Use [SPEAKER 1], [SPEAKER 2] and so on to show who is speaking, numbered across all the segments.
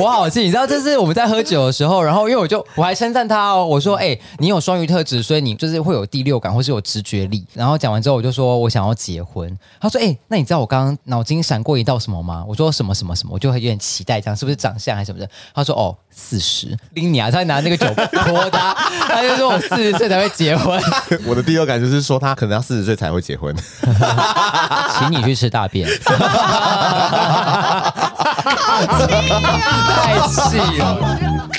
[SPEAKER 1] 我好气，你知道这是我们在喝酒的时候，然后因为我就我还称赞他哦，我说哎、你有双鱼特质，所以你就是会有第六感或是有直觉力。然后讲完之后，我就说我想要结婚。他说哎、那你知道我刚刚脑筋闪过一道什么吗？我说什么什么什么，我就有点期待，这样是不是长相还是什么的？他说哦，四十，拎你啊，他拿那个酒泼他，他就说我四十岁才会结婚，
[SPEAKER 2] 我的第六感就是说，他可能要四十岁才会结婚。
[SPEAKER 1] 请你去吃大 便。啊 太气了。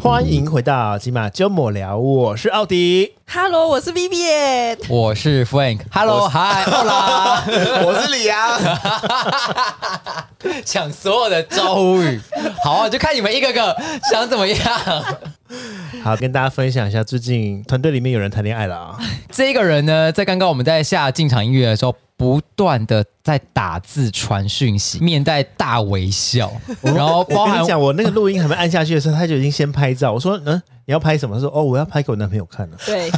[SPEAKER 3] 欢迎回到金马周末聊，我是奥迪。
[SPEAKER 4] Hello，我是 Vivian。
[SPEAKER 1] 我是 Frank，Hello，嗨，Hola，
[SPEAKER 2] 我是李啊阳，
[SPEAKER 1] 抢所有的招呼语，好啊，就看你们一个个想怎么样。
[SPEAKER 3] 好，跟大家分享一下，最近团队里面有人谈恋爱了啊、
[SPEAKER 1] 这个人呢，在刚刚我们在下进场音乐的时候，不断的在打字传讯息，面带大微笑，然后包
[SPEAKER 3] 我跟
[SPEAKER 1] 含
[SPEAKER 3] 你讲，我那个录音还没按下去的时候，他就已经先拍照。我说：“嗯，你要拍什么？”他说：“哦，我要拍给我男朋友看了。
[SPEAKER 4] 对，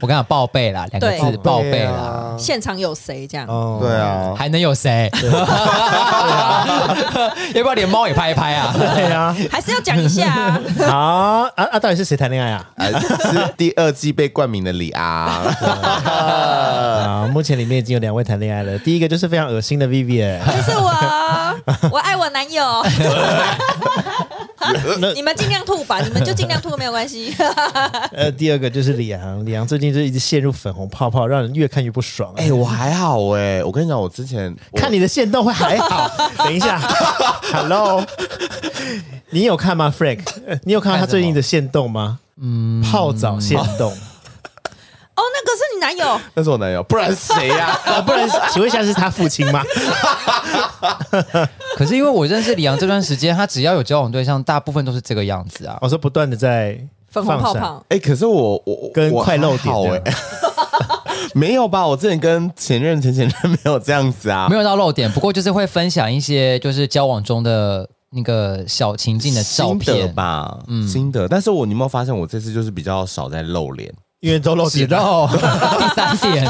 [SPEAKER 1] 我跟你讲报备啦，两个字
[SPEAKER 4] 对
[SPEAKER 1] 报备啦，。
[SPEAKER 4] 现场有谁这样？
[SPEAKER 3] 哦，
[SPEAKER 2] 对啊，
[SPEAKER 1] 还能有谁？ 啊要不要连猫也拍一拍啊？
[SPEAKER 3] 对啊，
[SPEAKER 4] 还是要讲一下、 啊？
[SPEAKER 3] 好啊啊，到底是谁谈恋爱啊？
[SPEAKER 2] 还是第二季被冠名的李昂。
[SPEAKER 3] 啊，目前里面已经有两位谈恋爱了，第一个就是非常恶心的 Vivian，
[SPEAKER 4] 就是我，我爱我男 友。你们尽量 吐吧，你们就尽量吐没有关系。哦
[SPEAKER 3] 呃，第二个就是李昂，李昂最近就一直陷入粉红泡泡，让人越看越不 爽。啊
[SPEAKER 2] 哎、我还好哎、我跟你讲，我之前我
[SPEAKER 3] 看你的线动会还好。 等一下，Hello，你有看吗，Frank？呃你有看到他最近的线动吗？嗯，泡澡线动，
[SPEAKER 4] 哦，那个是你男友，
[SPEAKER 2] 那是我男友，不然谁呀、
[SPEAKER 3] 啊，不然 请问一下是他父亲吗？
[SPEAKER 1] 可是因为我认识李阳这段时间，他只要有交往对象，大部分都是这个样子啊。
[SPEAKER 3] 我说不断的在
[SPEAKER 4] 粉红泡
[SPEAKER 3] 放闪
[SPEAKER 4] 泡。
[SPEAKER 2] 哎、可是我我我
[SPEAKER 3] 跟
[SPEAKER 2] 我
[SPEAKER 3] 快漏
[SPEAKER 2] 还好哎、
[SPEAKER 3] 点的，
[SPEAKER 2] 没有吧？我之前跟前任、前前任没有这样子啊
[SPEAKER 1] 没。有到漏点，不过就是会分享一些就是交往中的那个小情境的照
[SPEAKER 2] 心得
[SPEAKER 1] 片。
[SPEAKER 2] 吧，嗯，心得。但是我你有没有发现，我这次就是比较少在露脸，
[SPEAKER 3] 因为都露
[SPEAKER 1] 只
[SPEAKER 3] 底了。
[SPEAKER 1] 露 第三点，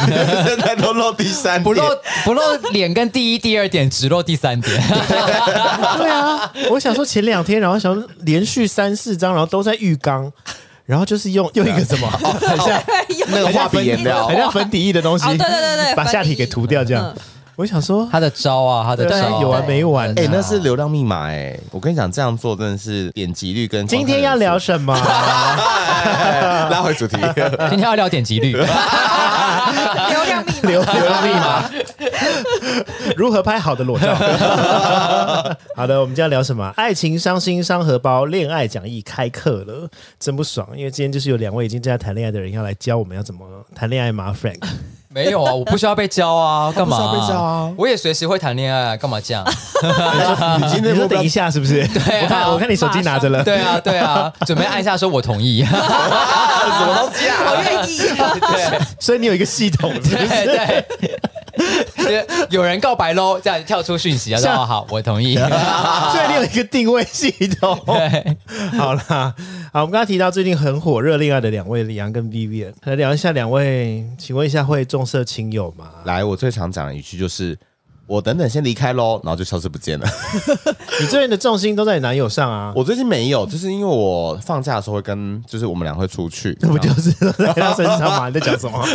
[SPEAKER 2] 现在都露第三
[SPEAKER 1] 不
[SPEAKER 2] 点
[SPEAKER 1] 露不露脸跟第一、第二点，只露第三点。
[SPEAKER 3] 对啊，我想说前两天，然后想说连续三四张，然后都在浴缸，然后就是 用用一个什么，很 像
[SPEAKER 2] 那个画笔颜料
[SPEAKER 3] 很像粉底液的东西，
[SPEAKER 4] 哦对对对 对
[SPEAKER 3] 把下体给涂掉这样
[SPEAKER 4] 粉底。
[SPEAKER 3] 我想说，
[SPEAKER 1] 他的招啊，他的
[SPEAKER 3] 对啊
[SPEAKER 1] 招
[SPEAKER 3] 有完没完
[SPEAKER 2] 哎、那是流量密码哎、我跟你讲，这样做真的是点击率跟
[SPEAKER 3] 今天要聊什么？
[SPEAKER 2] 拉回主题，
[SPEAKER 1] 今天要聊点击率，
[SPEAKER 4] 流量密
[SPEAKER 3] 流
[SPEAKER 4] 码。
[SPEAKER 3] 流量密 码，如何拍好的裸 照？好的，我们今天要聊什么？爱情伤心伤荷包，恋爱讲义开课了，真不爽！因为今天就是有两位已经正在谈恋爱的人要来教我们要怎么谈恋爱吗？Frank，
[SPEAKER 1] 没有啊，我不需要被教啊，干嘛、
[SPEAKER 2] 不需要被教啊
[SPEAKER 1] 我也随时会谈恋爱、啊，干嘛这样？
[SPEAKER 2] 你今
[SPEAKER 3] 哎你
[SPEAKER 2] 天
[SPEAKER 3] 说
[SPEAKER 2] 目标
[SPEAKER 3] 等一下是不是？
[SPEAKER 1] 啊
[SPEAKER 3] 我看我看你手机拿着了。
[SPEAKER 1] 对啊，对啊，准备按一下说我同意。
[SPEAKER 2] 什么东西啊？
[SPEAKER 4] 我愿意，
[SPEAKER 1] 对
[SPEAKER 3] 所以你有一个系统，是不是？
[SPEAKER 1] 对对， 就是有人告白喽，这样跳出讯息啊，说
[SPEAKER 3] 像
[SPEAKER 1] 哦好，我同 意。
[SPEAKER 3] 所以你有一个定位系统。
[SPEAKER 1] 对，
[SPEAKER 3] 好啦，好，我们刚刚提到最近很火热恋爱的两位李阳跟 Vivian，来聊一下两位，请问一下会重色轻友吗？
[SPEAKER 2] 来，我最常讲的一句就是。我等等先离开喽，然后就消失不见了。
[SPEAKER 3] 你最近的重心都在你男友上啊，
[SPEAKER 2] 我最近没有，就是因为我放假的时候会跟，就是我们俩会出去。
[SPEAKER 3] 那不就是都在他身上吗？你在讲什么？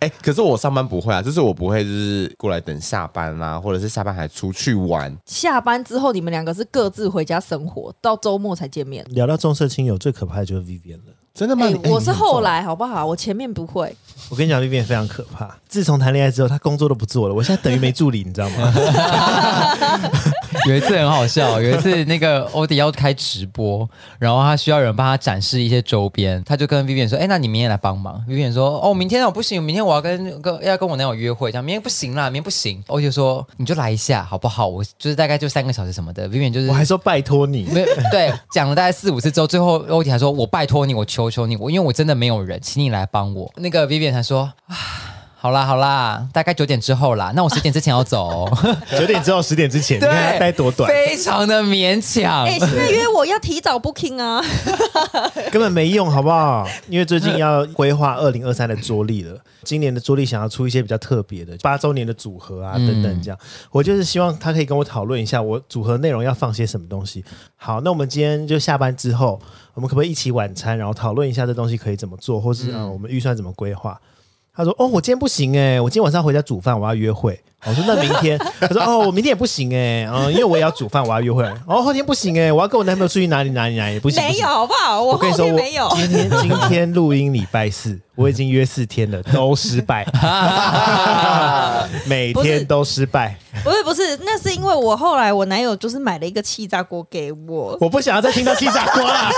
[SPEAKER 2] 哎、可是我上班不会啊，就是我不会就是过来等下班啦、或者是下班还出去玩。
[SPEAKER 4] 下班之后你们两个是各自回家生活，到周末才见面。
[SPEAKER 3] 聊到重色轻友，最可怕的就是 Vivian 了。
[SPEAKER 2] 真的吗？
[SPEAKER 4] 哎
[SPEAKER 2] 你
[SPEAKER 4] 我
[SPEAKER 3] 啊
[SPEAKER 4] 是后，来好不好？我前面不会。
[SPEAKER 3] 我跟你讲，Vivian 非常可怕。自从谈恋爱之后，她工作都不做了，我现在等于没助理，你知道吗？
[SPEAKER 1] 有一次很好笑，有一次那个欧迪要开直播，然后他需要有人帮他展示一些周边，他就跟 Vivian 说：“哎、那你明天来帮忙。”Vivian 说：“哦，明天哦不行，明天我要跟跟要跟我男友约会，这样明天不行啦，明天不行。”欧迪说：“你就来一下好不好？我就是大概就三个小时什么的。”Vivian 就是
[SPEAKER 3] 我还说拜托你，
[SPEAKER 1] 没有对，讲了大概四五次之后，最后欧迪还说：“我拜托你，我求求你，我因为我真的没有人，请你来帮我。”那个 Vivian 才说：“啊，好啦好啦，大概九点之后啦，那我十点之前要走、哦，
[SPEAKER 3] 九点之后十点之前，你看他待多短，
[SPEAKER 1] 非常的勉
[SPEAKER 3] 啊
[SPEAKER 1] 强。
[SPEAKER 4] 哎、现在约我要提早 booking 啊！
[SPEAKER 3] 根本没用，好不好？因为最近要规划二零二三的桌历了，今年的桌历想要出一些比较特别的八周年的组合啊，等等这样。我就是希望他可以跟我讨论一下，我组合内容要放些什么东西。好，那我们今天就下班之后，我们可不可以一起晚餐，然后讨论一下这东西可以怎么做，或是、呃我们预算怎么规划？他说：“哦，我今天不行哎、我今天晚上要回家煮饭，我要约会。”我说：“那明天？” 他说：“哦，我明天也不行哎、嗯，因为我也要煮饭，我要约会。哦，后天不行哎、我要跟我男朋友出去哪里哪里哪里，不行，不
[SPEAKER 4] 没
[SPEAKER 3] 行
[SPEAKER 4] 有，好不好？我
[SPEAKER 3] 我跟你
[SPEAKER 4] 后
[SPEAKER 3] 说，
[SPEAKER 4] 天
[SPEAKER 3] 我
[SPEAKER 4] 没有。
[SPEAKER 3] 今天今天录音礼拜四，我已经约四天了，都失 败，每天都失败。
[SPEAKER 4] 不是不是，那是因为我后来我男友就是买了一个气炸锅给我。
[SPEAKER 3] 我不想要再听到气炸锅了。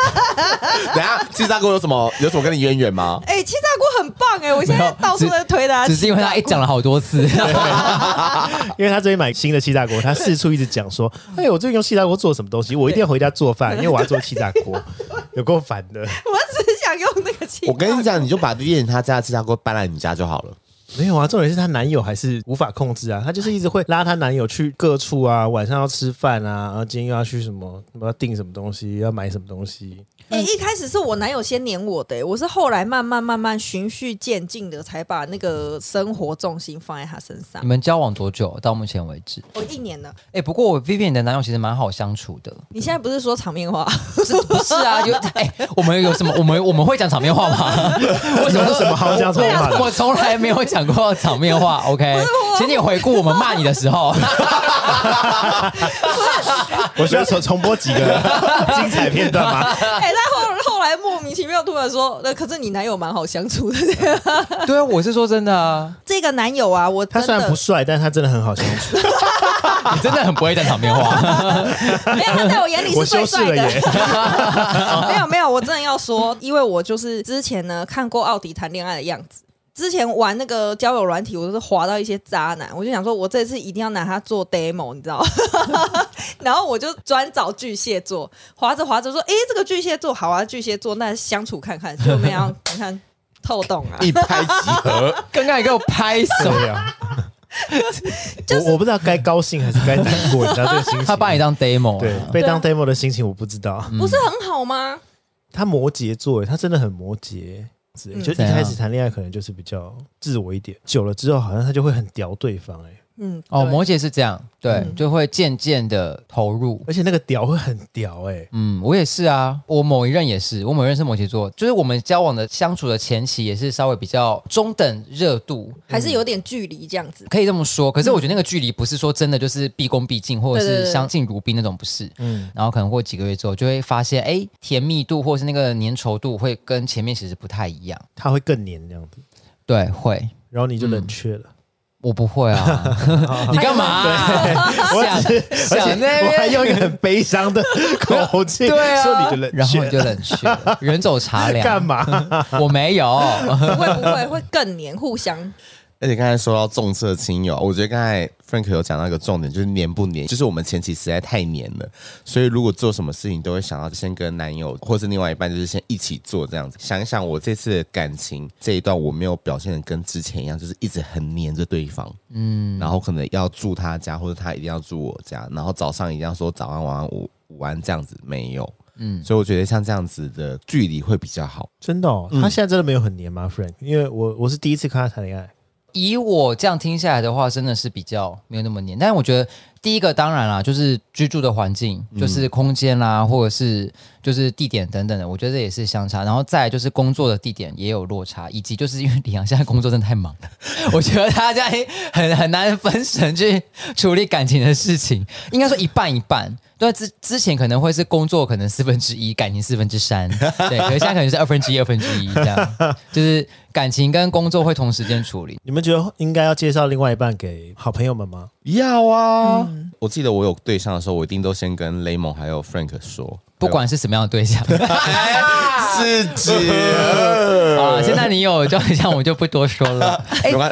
[SPEAKER 2] 等一下气炸锅有什么有什么跟你渊源吗？
[SPEAKER 4] 哎、气炸锅很棒哎、我现
[SPEAKER 1] 没
[SPEAKER 4] 在
[SPEAKER 1] 有
[SPEAKER 4] 到处在推他。
[SPEAKER 1] 只是因为他哎一讲了好多次，
[SPEAKER 3] 因为他最近买新的气炸锅，他四处一直讲说：“哎，我最近用气炸锅做什么东西？我一定要回家做饭，因为我要做气炸锅。”有够烦的，
[SPEAKER 4] 我只想用那个气。
[SPEAKER 2] 我跟你讲，你就把店他家的气炸锅搬来你家就好了。
[SPEAKER 3] 没有啊！重点是她男友还是无法控制啊，她就是一直会拉她男友去各处啊，晚上要吃饭啊，然后今天又要去什么，什么要订什么东西，要买什么东西。
[SPEAKER 4] 哎、一开始是我男友先黏我的、哎我是后来慢慢慢慢循序渐进的，才把那个生活重心放在他身 上
[SPEAKER 1] 你。们交往多久？到目前为止，
[SPEAKER 4] 我一年了，
[SPEAKER 1] 哎、不过我 Vivian 的男友其实蛮好相处的，
[SPEAKER 4] 你现在不是说场面话？
[SPEAKER 1] 不是不是啊？有哎、我们有什么？我们我们会讲场面话吗？ 为什么
[SPEAKER 3] 有什么好讲场面话的
[SPEAKER 1] 我从来没有讲过场面话。OK，请 你回顾我们骂你的时候，
[SPEAKER 3] 我需要重重播几个精彩片段吗？
[SPEAKER 4] 哎、他后后来莫名其妙突然说，那可是你男友蛮好相处的。
[SPEAKER 1] 对啊，我是说真的啊，
[SPEAKER 4] 这个男友啊，我
[SPEAKER 3] 他
[SPEAKER 4] 真
[SPEAKER 3] 虽然
[SPEAKER 4] 的
[SPEAKER 3] 不帅，但他真的很好相处。
[SPEAKER 1] 你真的很不会讲场面 话。
[SPEAKER 4] 没有，他在我眼里
[SPEAKER 3] 我
[SPEAKER 4] 是
[SPEAKER 3] 修
[SPEAKER 4] 最
[SPEAKER 3] 饰
[SPEAKER 4] 帅
[SPEAKER 3] 了
[SPEAKER 4] 的。
[SPEAKER 3] 耶，
[SPEAKER 4] 哦没有没有，我真的要说，因为我就是之前呢看过奥迪谈恋爱的样子。之前玩那个交友软体，我都是滑到一些渣男，我就想说，我这次一定要拿他做 demo，你知道？ 然后我就专找巨蟹座，滑着滑着说，诶，这个巨蟹座好啊，巨蟹座那相处看看，就没有你看透洞啊，
[SPEAKER 2] 一拍即合，
[SPEAKER 1] 刚刚你给我拍手，
[SPEAKER 3] 对呀。我我不知道该高兴还是该难过，你知道这个心情。
[SPEAKER 1] 他把你当 demo，
[SPEAKER 3] 对
[SPEAKER 1] 啊
[SPEAKER 3] 被当 demo 的心情我不知道。
[SPEAKER 4] 不是很好吗？
[SPEAKER 3] 他摩羯座耶，他真的很摩羯。是耶就一
[SPEAKER 1] 怎样
[SPEAKER 3] 开始谈恋爱可能就是比较自我一点，久了之后好像他就会很屌对方哎，
[SPEAKER 4] 嗯，
[SPEAKER 1] 哦，
[SPEAKER 4] 对
[SPEAKER 1] 摩羯是这样，对，就会渐渐的投入。
[SPEAKER 3] 而且那个屌会很屌哎，
[SPEAKER 1] 嗯，我也是啊，我某一任也是，我某一任是摩羯座，就是我们交往的相处的前期也是稍微比较中等热度，
[SPEAKER 4] 还是有点距离这样子。
[SPEAKER 1] 可以这么说。可是我觉得那个距离不是说真的就是毕恭毕敬，或者
[SPEAKER 4] 嗯对对
[SPEAKER 1] 是
[SPEAKER 4] 对
[SPEAKER 1] 相敬如宾那种，不是。
[SPEAKER 3] 嗯，
[SPEAKER 1] 然后可能过几个月之后，就会发现，哎，甜蜜度或是那个粘稠度会跟前面其实不太一样。
[SPEAKER 3] 他会更黏这样子，
[SPEAKER 1] 对，会。
[SPEAKER 3] 然后你就冷却了。
[SPEAKER 1] 我不会 啊，你干嘛、啊？
[SPEAKER 3] 我
[SPEAKER 1] 想
[SPEAKER 3] 只 而
[SPEAKER 1] 想那
[SPEAKER 3] 且我还
[SPEAKER 1] 边，
[SPEAKER 3] 用一个很悲伤的口 气
[SPEAKER 1] 对啊
[SPEAKER 3] 说你就冷
[SPEAKER 1] 然后
[SPEAKER 3] 却
[SPEAKER 1] 你就冷却， 人走茶凉。
[SPEAKER 3] 干嘛？
[SPEAKER 1] 我没有，
[SPEAKER 4] 会不会会更黏？互相
[SPEAKER 2] 而且刚才说到重色轻友，我觉得刚才 Frank 有讲到一个重点，就是黏不黏，就是我们前期实在太黏了，所以如果做什么事情都会想要先跟男友或是另外一半，就是先一起做这样子。想一想我这次的感情这一段，我没有表现的跟之前一样，就是一直很黏着对方，嗯，然后可能要住他家，或者他一定要住我家，然后早上一定要说早安、晚安、午午安这样子，没有。嗯，所以我觉得像这样子的距离会比较好。
[SPEAKER 3] 真的、哦，他现在真的没有很黏吗，Frank？因为我我是第一次看他谈恋爱，
[SPEAKER 1] 以我这样听下来的话，真的是比较没有那么黏。但是我觉得第一个当然啦，就是居住的环境，就是空间啦，或者是就是地点等等的，我觉得这也是相差。然后再来就是工作的地点也有落差，以及就是因为李阳现在工作真的太忙了，我觉得大家很很难分神去处理感情的事情，应该说一半一半。对，之之前可能会是工作可能四分之一，感情四分之三，对，可是现在可能是二分之一、二分之一这样，就是感情跟工作会同时间处理。
[SPEAKER 3] 你们觉得应该要介绍另外一半给好朋友们 吗？
[SPEAKER 2] 要啊！我记得我有对象的时候，我一定都先跟雷蒙还有 Frank 说，
[SPEAKER 1] 不管是什么样的对 象
[SPEAKER 2] 是指
[SPEAKER 1] 啊，现在你有交对象，我就不多说了。
[SPEAKER 2] 有关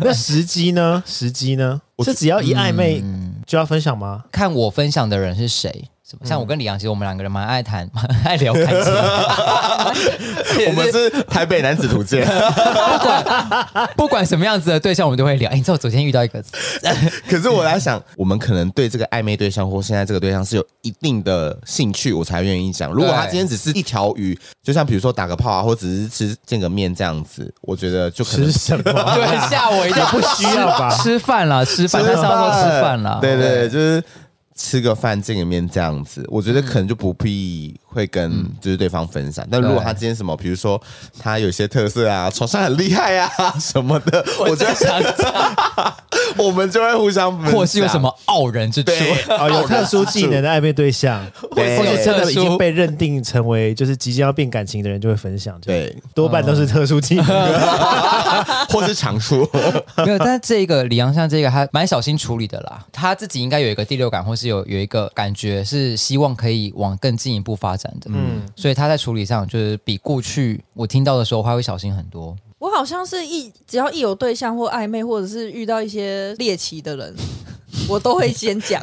[SPEAKER 3] 那时机
[SPEAKER 2] 嗯
[SPEAKER 3] 呢？时机呢？是只要一暧昧就要分享吗？
[SPEAKER 1] 看我分享的人是谁，什么？像
[SPEAKER 2] 嗯
[SPEAKER 1] 我跟李阳，其实我们两个人蛮爱谈， 蛮爱聊感情。
[SPEAKER 2] 我们是台北男子图鉴，
[SPEAKER 1] 不管什么样子的对象，我们都会聊。哎，你知道我昨天遇到一 个，
[SPEAKER 2] 可是我在想，我们可能对这个暧昧对象或现在这个对象是有一定的兴趣，我才愿意讲。如果他今天只是一条鱼，就像比如说打个炮啊，或只是吃见个面这样子，我觉得就可能
[SPEAKER 3] 吃什 么啊？
[SPEAKER 1] 对，吓我一 跳，
[SPEAKER 3] 不需要吧
[SPEAKER 1] 吃饭啦，吃饭，他
[SPEAKER 2] 吃
[SPEAKER 1] 是要说吃饭啦，
[SPEAKER 2] 对对对，就是吃个饭见个面这样子，我觉得可能就不必会跟
[SPEAKER 1] 嗯
[SPEAKER 2] 就是对方分享。但如果他今天什么，比如说他有些特色啊，床上很厉害啊 什么的，我觉
[SPEAKER 1] 真
[SPEAKER 2] 得
[SPEAKER 1] 的想讲，
[SPEAKER 2] 我们就会互相分享，
[SPEAKER 1] 或是有什么傲人之处。
[SPEAKER 2] 对
[SPEAKER 3] 哦，有特殊技能的暧昧对象， 或
[SPEAKER 2] 对
[SPEAKER 3] 者真的已
[SPEAKER 1] 特
[SPEAKER 3] 经
[SPEAKER 1] 殊
[SPEAKER 3] 被认定成为就是即将要变感情的人，就会分享。这样，
[SPEAKER 2] 对，
[SPEAKER 3] 多半都是特殊技能。
[SPEAKER 2] 或是长处，
[SPEAKER 1] 没有，但是这个李阳像这个，他蛮小心处理的啦。他自己应该有一个第六感，或是有有一个感觉，是希望可以往更进一步发展的。嗯，所以他在处理上就是比过去我听到的时候，他会小心很多。
[SPEAKER 4] 我好像是一只要一有对象或暧昧，或者是遇到一些猎奇的人，我都会先讲，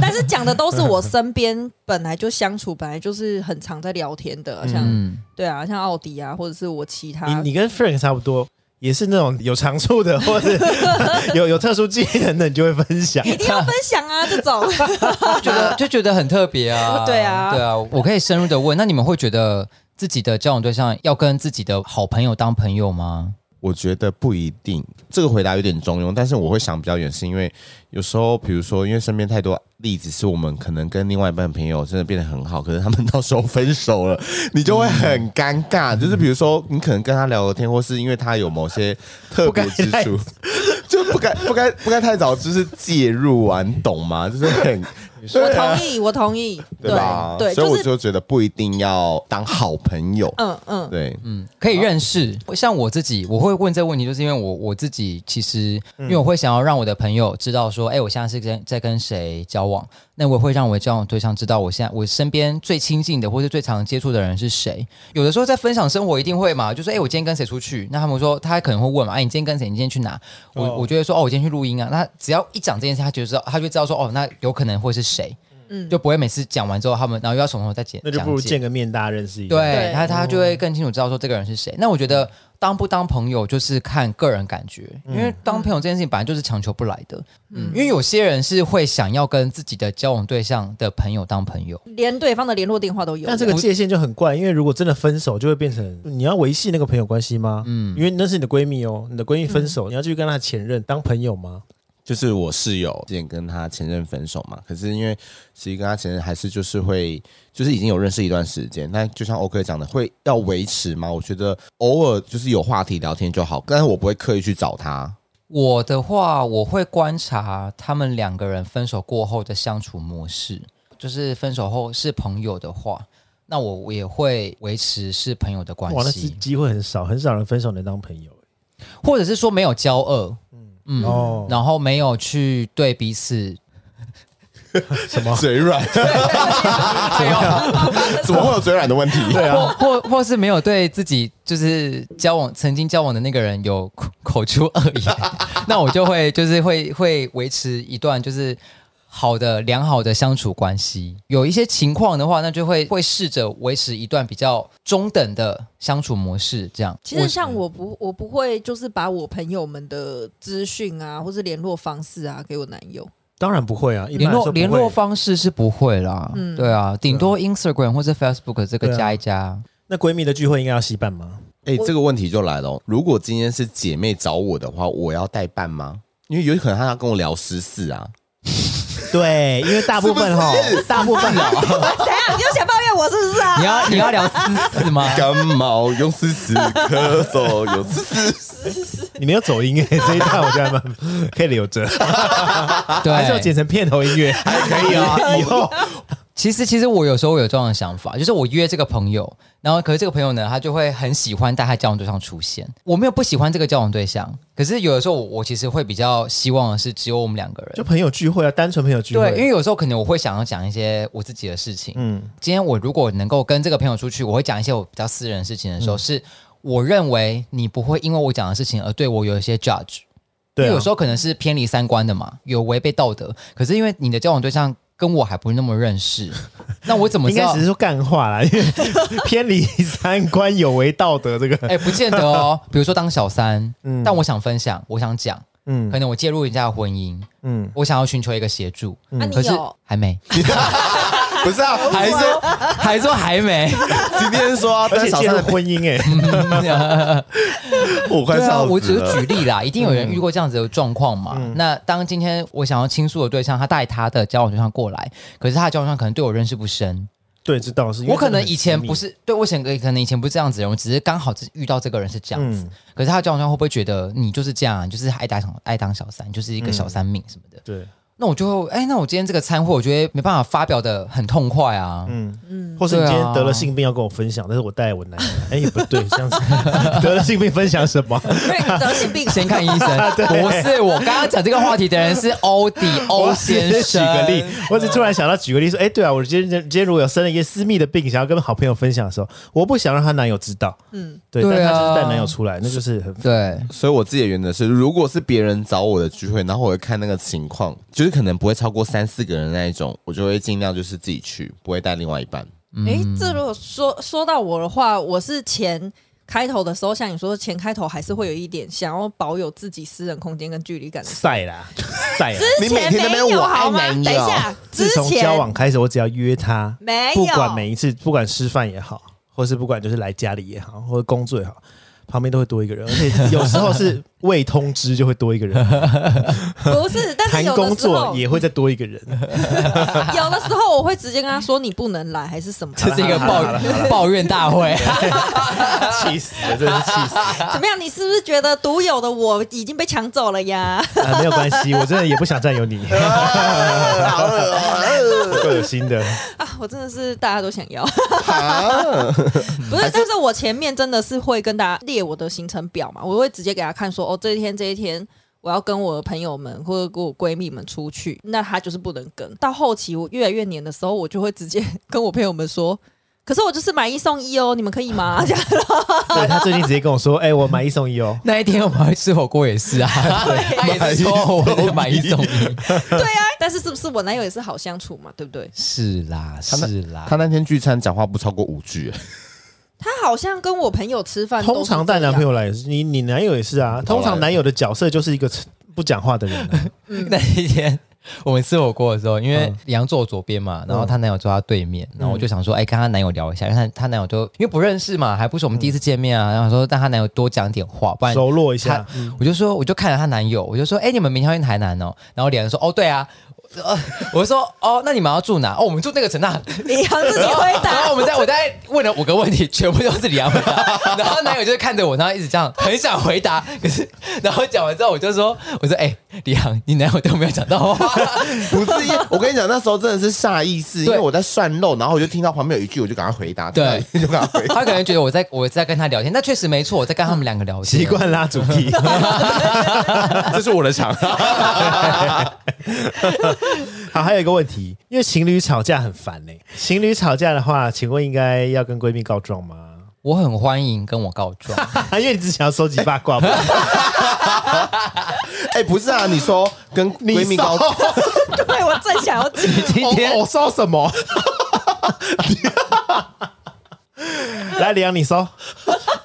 [SPEAKER 4] 但是讲的都是我身边本来就相处，本来就是很常在聊天的，像、
[SPEAKER 1] 嗯，
[SPEAKER 4] 对啊，像奥迪啊，或者是我其他嗯
[SPEAKER 3] 你你跟 Frank 差不多，也是那种有长处的，或者 有有特殊技能的，你就会分享。
[SPEAKER 4] 一定要分享啊，这种
[SPEAKER 1] 就觉得就觉得很特别啊。
[SPEAKER 4] 对啊
[SPEAKER 1] 对啊。我可以深入的问，那你们会觉得自己的交往对象要跟自己的好朋友当朋友吗？
[SPEAKER 2] 我觉得不一定，这个回答有点中庸，但是我会想比较远，是因为有时候，比如说，因为身边太多例子，是我们可能跟另外一半朋友真的变得很好，可是他们到时候分手了， 你就会很尴
[SPEAKER 4] 嗯
[SPEAKER 2] 尬。就是比如说，你可能跟他聊个天，或是因为他有某些特别之处， 就不该不该不该太早就是介入啊，你懂吗？就是很
[SPEAKER 4] 我同意，我同意，
[SPEAKER 2] 对吧？
[SPEAKER 4] 对，
[SPEAKER 2] 所以
[SPEAKER 4] 就
[SPEAKER 2] 我
[SPEAKER 4] 是
[SPEAKER 2] 就觉得不一定要当好朋友，
[SPEAKER 4] 嗯嗯，
[SPEAKER 2] 对，
[SPEAKER 1] 可以认识。像我自己，我会问这个问题，就是因为我我自己其实，因为我会想要让我的朋友知道说，哎、我现在是跟在跟谁交往，那我也会让我的交往对象知道，我现在我身边最亲近的或是最常接触的人是谁。有的时候在分享生活一定会嘛，就说，哎、我今天跟谁出去？那他们说，他可能会问嘛，哎、你今天跟谁？你今天去哪？我、
[SPEAKER 3] 哦
[SPEAKER 1] 我就会说，哦，我今天去录音啊。那只要一讲这件事，他就知道，他就知道说，哦，那有可能会是谁。
[SPEAKER 4] 嗯
[SPEAKER 1] 就不会每次讲完之后，他们然后又要从头再讲，
[SPEAKER 3] 那就不如
[SPEAKER 1] 讲解
[SPEAKER 3] 见个面，大家认识一下。
[SPEAKER 1] 对
[SPEAKER 4] 对
[SPEAKER 1] 他，他就会更清楚知道说这个人是谁。那我觉得当不当朋友就是看个人感觉，因
[SPEAKER 3] 嗯
[SPEAKER 1] 为当朋友这件事情本来就是强求不来的。嗯，因为有些人是会想要跟自己的交往对象的朋友当朋友，
[SPEAKER 4] 连对方的联络电话都有。
[SPEAKER 3] 但这个界限就很怪，因为如果真的分手，就会变成你要维系那个朋友关系吗？嗯，因为那是你的闺蜜哦，你的闺蜜分手，你要继续跟她的前任当朋友吗？
[SPEAKER 2] 就是我室友之前跟她前任分手嘛，可是因为其实跟她前任还是就是会，就是已经有认识一段时间，但就像 OK 讲的，会要维持嘛。我觉得偶尔就是有话题聊天就好，但是我不会刻意去找她。
[SPEAKER 1] 我的话，我会观察他们两个人分手过后的相处模式，就是分手后是朋友的话，那我我也会维持是朋友的关
[SPEAKER 3] 哇，那是
[SPEAKER 1] 系，
[SPEAKER 3] 机会很少，很少人分手能当朋友。欸
[SPEAKER 1] 或者是说没有交恶，嗯
[SPEAKER 3] 哦
[SPEAKER 1] 然后没有去对彼此
[SPEAKER 2] 什么嘴软？怎么会有嘴软的问题？ 对啊，
[SPEAKER 1] 或或是没有对自己就是交往曾经交往的那个人有口口出恶言， 那我就会就是会会维持一段就是好的良好的相处关系。有一些情况的话，那就会会试着维持一段比较中等的相处模式，这样。
[SPEAKER 4] 其实像我不，我不会就是把我朋友们的资讯啊，或是联络方式啊给我男友。
[SPEAKER 3] 当然不会啊，一般
[SPEAKER 1] 联
[SPEAKER 3] 来说
[SPEAKER 1] 络
[SPEAKER 3] 不会
[SPEAKER 1] 联络方式是不会啦，
[SPEAKER 4] 嗯
[SPEAKER 1] 对啊，顶多 Instagram 或者 Facebook 这
[SPEAKER 3] 对
[SPEAKER 1] 个
[SPEAKER 3] 啊
[SPEAKER 1] 加一加，
[SPEAKER 3] 那闺蜜的聚会应该要洗版吗？
[SPEAKER 2] 哎、这个问题就来了哦。如果今天是姐妹找我的话，我要代办吗？因为有可能她要跟我聊私事啊，
[SPEAKER 3] 对，因为大部分哈，大部分啊，
[SPEAKER 4] 怎样？你又想抱怨我是不是啊
[SPEAKER 1] 你？要你要聊私 事吗？
[SPEAKER 2] 感冒用私事，咳嗽有私事，
[SPEAKER 3] 你没有走音哎，这一段我觉得还蛮 可以留着，
[SPEAKER 2] 啊
[SPEAKER 1] 对，
[SPEAKER 3] 还是要剪成片头音乐， 还可以啊， 以后
[SPEAKER 1] 其实，其实我有时候有这样的想法，就是我约这个朋友，然后可是这个朋友呢，他就会很喜欢带他交往对象出现。我没有不喜欢这个交往对象，可是有的时候我我其实会比较希望的是只有我们两个
[SPEAKER 3] 就
[SPEAKER 1] 人。
[SPEAKER 3] 朋友聚会啊，单纯朋友聚
[SPEAKER 1] 对，因为
[SPEAKER 3] 会，
[SPEAKER 1] 有时候可能我会想要讲一些我自己的事情。
[SPEAKER 3] 嗯，
[SPEAKER 1] 今天我如果能够跟这个朋友出去，我会讲一些我比较私人的事情的时候，
[SPEAKER 3] 嗯
[SPEAKER 1] 是我认为你不会因为我讲的事情而对我有一些 judge。
[SPEAKER 3] 对
[SPEAKER 1] 因
[SPEAKER 3] 啊，
[SPEAKER 1] 为有时候可能是偏离三观的嘛，有违背道德。可是因为你的交往对象跟我还不那么认 识，那我怎么
[SPEAKER 3] 应
[SPEAKER 1] 知
[SPEAKER 3] 该
[SPEAKER 1] 道
[SPEAKER 3] 只是？说干话啦，因 为偏离三观有违道德这个。
[SPEAKER 1] 哎、不见得哦。比如说当小三，
[SPEAKER 3] 嗯
[SPEAKER 1] 但我想分享，我想讲，
[SPEAKER 3] 嗯
[SPEAKER 1] 可能我介入人家的婚姻，
[SPEAKER 3] 嗯，
[SPEAKER 1] 我想要寻求一个协助，
[SPEAKER 4] 啊你
[SPEAKER 1] 嗯可是
[SPEAKER 4] 有
[SPEAKER 1] 还没，
[SPEAKER 2] 不是啊，
[SPEAKER 1] 还说还说还没，
[SPEAKER 2] 今天说 啊
[SPEAKER 3] 而
[SPEAKER 2] 但
[SPEAKER 3] 且
[SPEAKER 2] 小
[SPEAKER 3] 进
[SPEAKER 2] 三
[SPEAKER 3] 入
[SPEAKER 2] 的
[SPEAKER 3] 婚姻哎、
[SPEAKER 2] 我快
[SPEAKER 1] 对啊，
[SPEAKER 2] 笑
[SPEAKER 1] 我
[SPEAKER 2] 死
[SPEAKER 1] 只
[SPEAKER 2] 了
[SPEAKER 1] 是举例啦，一定有
[SPEAKER 3] 嗯
[SPEAKER 1] 人遇过这样子的状况嘛。那当今天我想要倾诉的对象，他带他的交往对象过来，可是他的交往对象可能对我认识不深，
[SPEAKER 3] 对，这倒是。因为
[SPEAKER 1] 我可能以前
[SPEAKER 3] 真的
[SPEAKER 1] 不
[SPEAKER 3] 很私密，
[SPEAKER 1] 是对我想个可能以前不是这样子的人，我只是刚好遇到这个人是这样子。
[SPEAKER 3] 嗯
[SPEAKER 1] 可是他的交往对象会不会觉得你就是这样，你就是爱打小爱当小三，你就是一个小三命什么的？
[SPEAKER 3] 对，啊
[SPEAKER 1] 那我就会哎，那我今天这个餐会，我觉得没办法发表的很痛快啊。
[SPEAKER 3] 嗯
[SPEAKER 4] 嗯
[SPEAKER 3] 或是你
[SPEAKER 1] 对啊
[SPEAKER 3] 今天得了性病要跟我分享，但是我带我男友，哎、也不对，这 样子得了性病分享什么？
[SPEAKER 4] 因为你得性病
[SPEAKER 1] 先看医生， 不是我刚刚讲这个话题的人是欧弟欧
[SPEAKER 4] 哦
[SPEAKER 3] 我
[SPEAKER 1] 先
[SPEAKER 3] 只是举
[SPEAKER 1] 生。
[SPEAKER 3] 个例，我只突然想到举个例说，哎、对啊，我今天今天如果有生了一些私密的病，想要跟好朋友分享的时候，我不想让她男友知道，
[SPEAKER 4] 嗯，
[SPEAKER 3] 对，
[SPEAKER 1] 对啊
[SPEAKER 3] 但她就是带男友出来，那就是很
[SPEAKER 1] 对，
[SPEAKER 2] 所以我自己的原则是，如果是别人找我的聚会，然后我会看那个情况，就是可能不会超过三四个人那一种，我就会尽量就是自己去，不会带另外一半。
[SPEAKER 4] 诶，
[SPEAKER 1] 嗯
[SPEAKER 4] 这如果说说到我的话，我是前开头的时候，像你说的前开头，还是会有一点想要保有自己私人空间跟距离感的。
[SPEAKER 3] 晒啦，晒啦。
[SPEAKER 4] 之
[SPEAKER 2] 你每
[SPEAKER 4] 前
[SPEAKER 2] 天在那
[SPEAKER 4] 没
[SPEAKER 2] 边
[SPEAKER 4] 有
[SPEAKER 2] 我爱
[SPEAKER 4] 好吗？
[SPEAKER 2] 男
[SPEAKER 4] 等
[SPEAKER 2] 友
[SPEAKER 4] 一下，
[SPEAKER 3] 自
[SPEAKER 4] 之
[SPEAKER 3] 从
[SPEAKER 4] 前
[SPEAKER 3] 交往开始，我只要约她，
[SPEAKER 4] 没
[SPEAKER 3] 不
[SPEAKER 4] 有，
[SPEAKER 3] 管每一次，不管吃饭也好，或是不管就是来家里也好，或者工作也好，旁边都会多一个人，而且有时候是未通知就会多一个人，
[SPEAKER 4] 不是， 但是
[SPEAKER 3] 谈
[SPEAKER 4] 有
[SPEAKER 3] 工
[SPEAKER 4] 的时
[SPEAKER 3] 作
[SPEAKER 4] 候，
[SPEAKER 3] 也会再多一个人。
[SPEAKER 4] 有的时候我会直接跟他说你不能来，还是什么？
[SPEAKER 1] 这是一个
[SPEAKER 3] 好了好
[SPEAKER 1] 抱抱怨大 会，
[SPEAKER 3] 气死了，真的是气死了、
[SPEAKER 4] 怎么样？你是不是觉得独有的我已经被抢走了呀？
[SPEAKER 3] 啊！没有关系，我真的也不想占有你，
[SPEAKER 2] 好恶
[SPEAKER 3] 够恶心的。
[SPEAKER 4] 啊，我真的是大家都想要，
[SPEAKER 2] 啊！
[SPEAKER 4] 不
[SPEAKER 3] 嗯
[SPEAKER 4] 是？但是我前面真的是会跟大家列我的行程表嘛，我会直接给他看说，哦，这一天这一天。我要跟我的朋友们或者跟我闺蜜们出去，那他就是不能跟。到后期我越来越黏的时候，我就会直接 跟我朋友们说，可是我就是买一送一哦，你们可以吗？ 这样
[SPEAKER 3] 对他最近直接跟我说：“哎、我买一送一哦。
[SPEAKER 1] 那一天我们还吃火锅也是啊，他也是说我就买一送一，
[SPEAKER 4] 对啊，但是是不是我男友也是好相处嘛？对不对？
[SPEAKER 1] 是啦是啦
[SPEAKER 2] 他，那天聚餐讲话不超过五句，
[SPEAKER 4] 他好像跟我朋友吃”饭，
[SPEAKER 3] 通常带男朋，友来也是，你你男友也是啊。通常男友的角色就是一个不讲话的人啊、
[SPEAKER 1] 那一天。我们吃火锅的时候，因为
[SPEAKER 3] 嗯
[SPEAKER 1] 杨坐我左边嘛，然后她男友坐她对面，然后我就想说，哎、跟她男友聊一下，因为她她男友就因为不认识嘛，还不是我们第一次见
[SPEAKER 3] 嗯
[SPEAKER 1] 面啊，然后说让她男友多讲点话，不然
[SPEAKER 3] 熟络一
[SPEAKER 1] 她
[SPEAKER 3] 下。嗯
[SPEAKER 1] 我就说，我就看着她男友，我就说，哎、你们明天要去台南哦，然后两人说，哦，对啊， 我就说，哦，那你们要住哪？哦，我们住那个城大，
[SPEAKER 4] 李阳自己 回
[SPEAKER 1] 然
[SPEAKER 4] 答
[SPEAKER 1] 后。我们在我在问了五个问题，全部都是李阳回答。 然后男友就是看着我，然后一直这样，很想回答，可是然后讲完之后，我就说，我说，哎、李阳，你男友都没有讲到 话，
[SPEAKER 2] 不是，因为我跟你讲，那时候真的是下意识，因为
[SPEAKER 1] 对
[SPEAKER 2] 我在涮肉，然后我就听到旁边有一句，我就赶快回答，听到
[SPEAKER 1] 对
[SPEAKER 2] 一句就赶快回答。
[SPEAKER 1] 他可能觉得我在我在跟他聊天，那确实没错，我在跟他们两个聊天。
[SPEAKER 3] 习惯拉主题，
[SPEAKER 2] 这是我的场，
[SPEAKER 3] 好，还有一个问题，因为情侣吵架很烦呢、情侣吵架的话，请问应该要跟闺蜜告状吗？
[SPEAKER 1] 我很欢迎跟我告状，
[SPEAKER 3] 因为你只想要收集八卦嘛。
[SPEAKER 2] 哎，不是啊，你说跟闺蜜高，
[SPEAKER 4] 对，我正想要讲，
[SPEAKER 1] 今天
[SPEAKER 3] 我收什么？来，李阳，你收。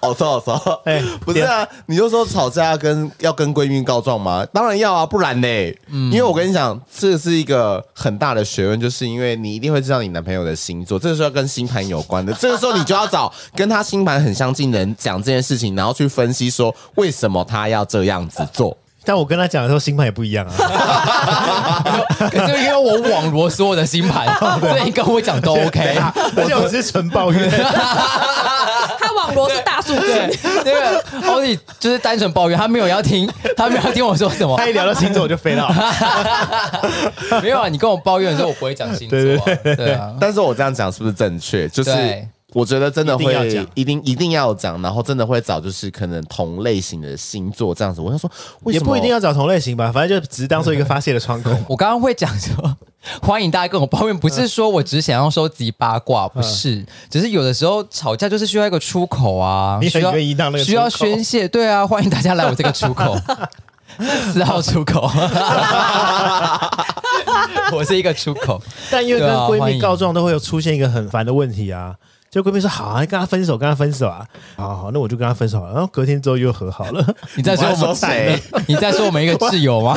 [SPEAKER 2] 哦，说哦说，
[SPEAKER 3] 哎
[SPEAKER 2] 不是啊，你就说吵架要跟要跟闺蜜告状吗？当然要啊，不然呢？
[SPEAKER 3] 嗯
[SPEAKER 2] 因为我跟你讲，这是一个很大的学问，就是因为你一定会知道你男朋友的星座，这个时候跟星盘有关的， 这个时候你就要找跟他星盘很相近的人讲这件事情，然后去分析说为什么他要这样子做。
[SPEAKER 3] 但我跟他讲的时候，星盘也不一样啊。
[SPEAKER 1] 可是因为我网罗所有的星 盘，
[SPEAKER 3] 啊
[SPEAKER 1] 所以你跟我讲都 OK。
[SPEAKER 3] 而且我是纯抱怨，
[SPEAKER 4] 他网罗是大数据，
[SPEAKER 1] 对，那个欧弟就是单纯抱怨，他没有要 听，他没有要听我说什么。
[SPEAKER 3] 他一聊到星座我就飞了。
[SPEAKER 1] 没有啊，你跟我抱怨的时候，我不会讲星座、啊，对啊，
[SPEAKER 2] 但是我这样讲是不是正确？就是
[SPEAKER 1] 对
[SPEAKER 2] 我觉得真的
[SPEAKER 3] 一定
[SPEAKER 2] 会
[SPEAKER 3] 要讲
[SPEAKER 2] 一定一定要讲，然后真的会找就是可能同类型的星座这样子。我想说，为
[SPEAKER 3] 也
[SPEAKER 2] 什么
[SPEAKER 3] 不一定要找同类型吧，反正就只是当做一个发泄的窗口。
[SPEAKER 1] 我刚刚会讲说，欢迎大家跟我抱怨，不是说我只想要收集八卦，不
[SPEAKER 3] 嗯
[SPEAKER 1] 是，只是有的时候吵架就是需要一个出口啊，
[SPEAKER 3] 你很
[SPEAKER 1] 需要
[SPEAKER 3] 愿意当那个出
[SPEAKER 1] 需
[SPEAKER 3] 口
[SPEAKER 1] 要宣泄，对啊，欢迎大家来我这个出口。四号出口，我是一个出口。
[SPEAKER 3] 但因为跟
[SPEAKER 1] 对啊
[SPEAKER 3] 闺
[SPEAKER 1] 欢
[SPEAKER 3] 蜜
[SPEAKER 1] 迎
[SPEAKER 3] 告状，都会有出现一个很烦的问题啊。就闺蜜说好啊，跟她分手，跟她分手啊，好好，那我就跟她分手了。然后隔天之后又和好了。
[SPEAKER 1] 你在说我们
[SPEAKER 2] 我还说谁？
[SPEAKER 1] 你在说我们一个挚友吗？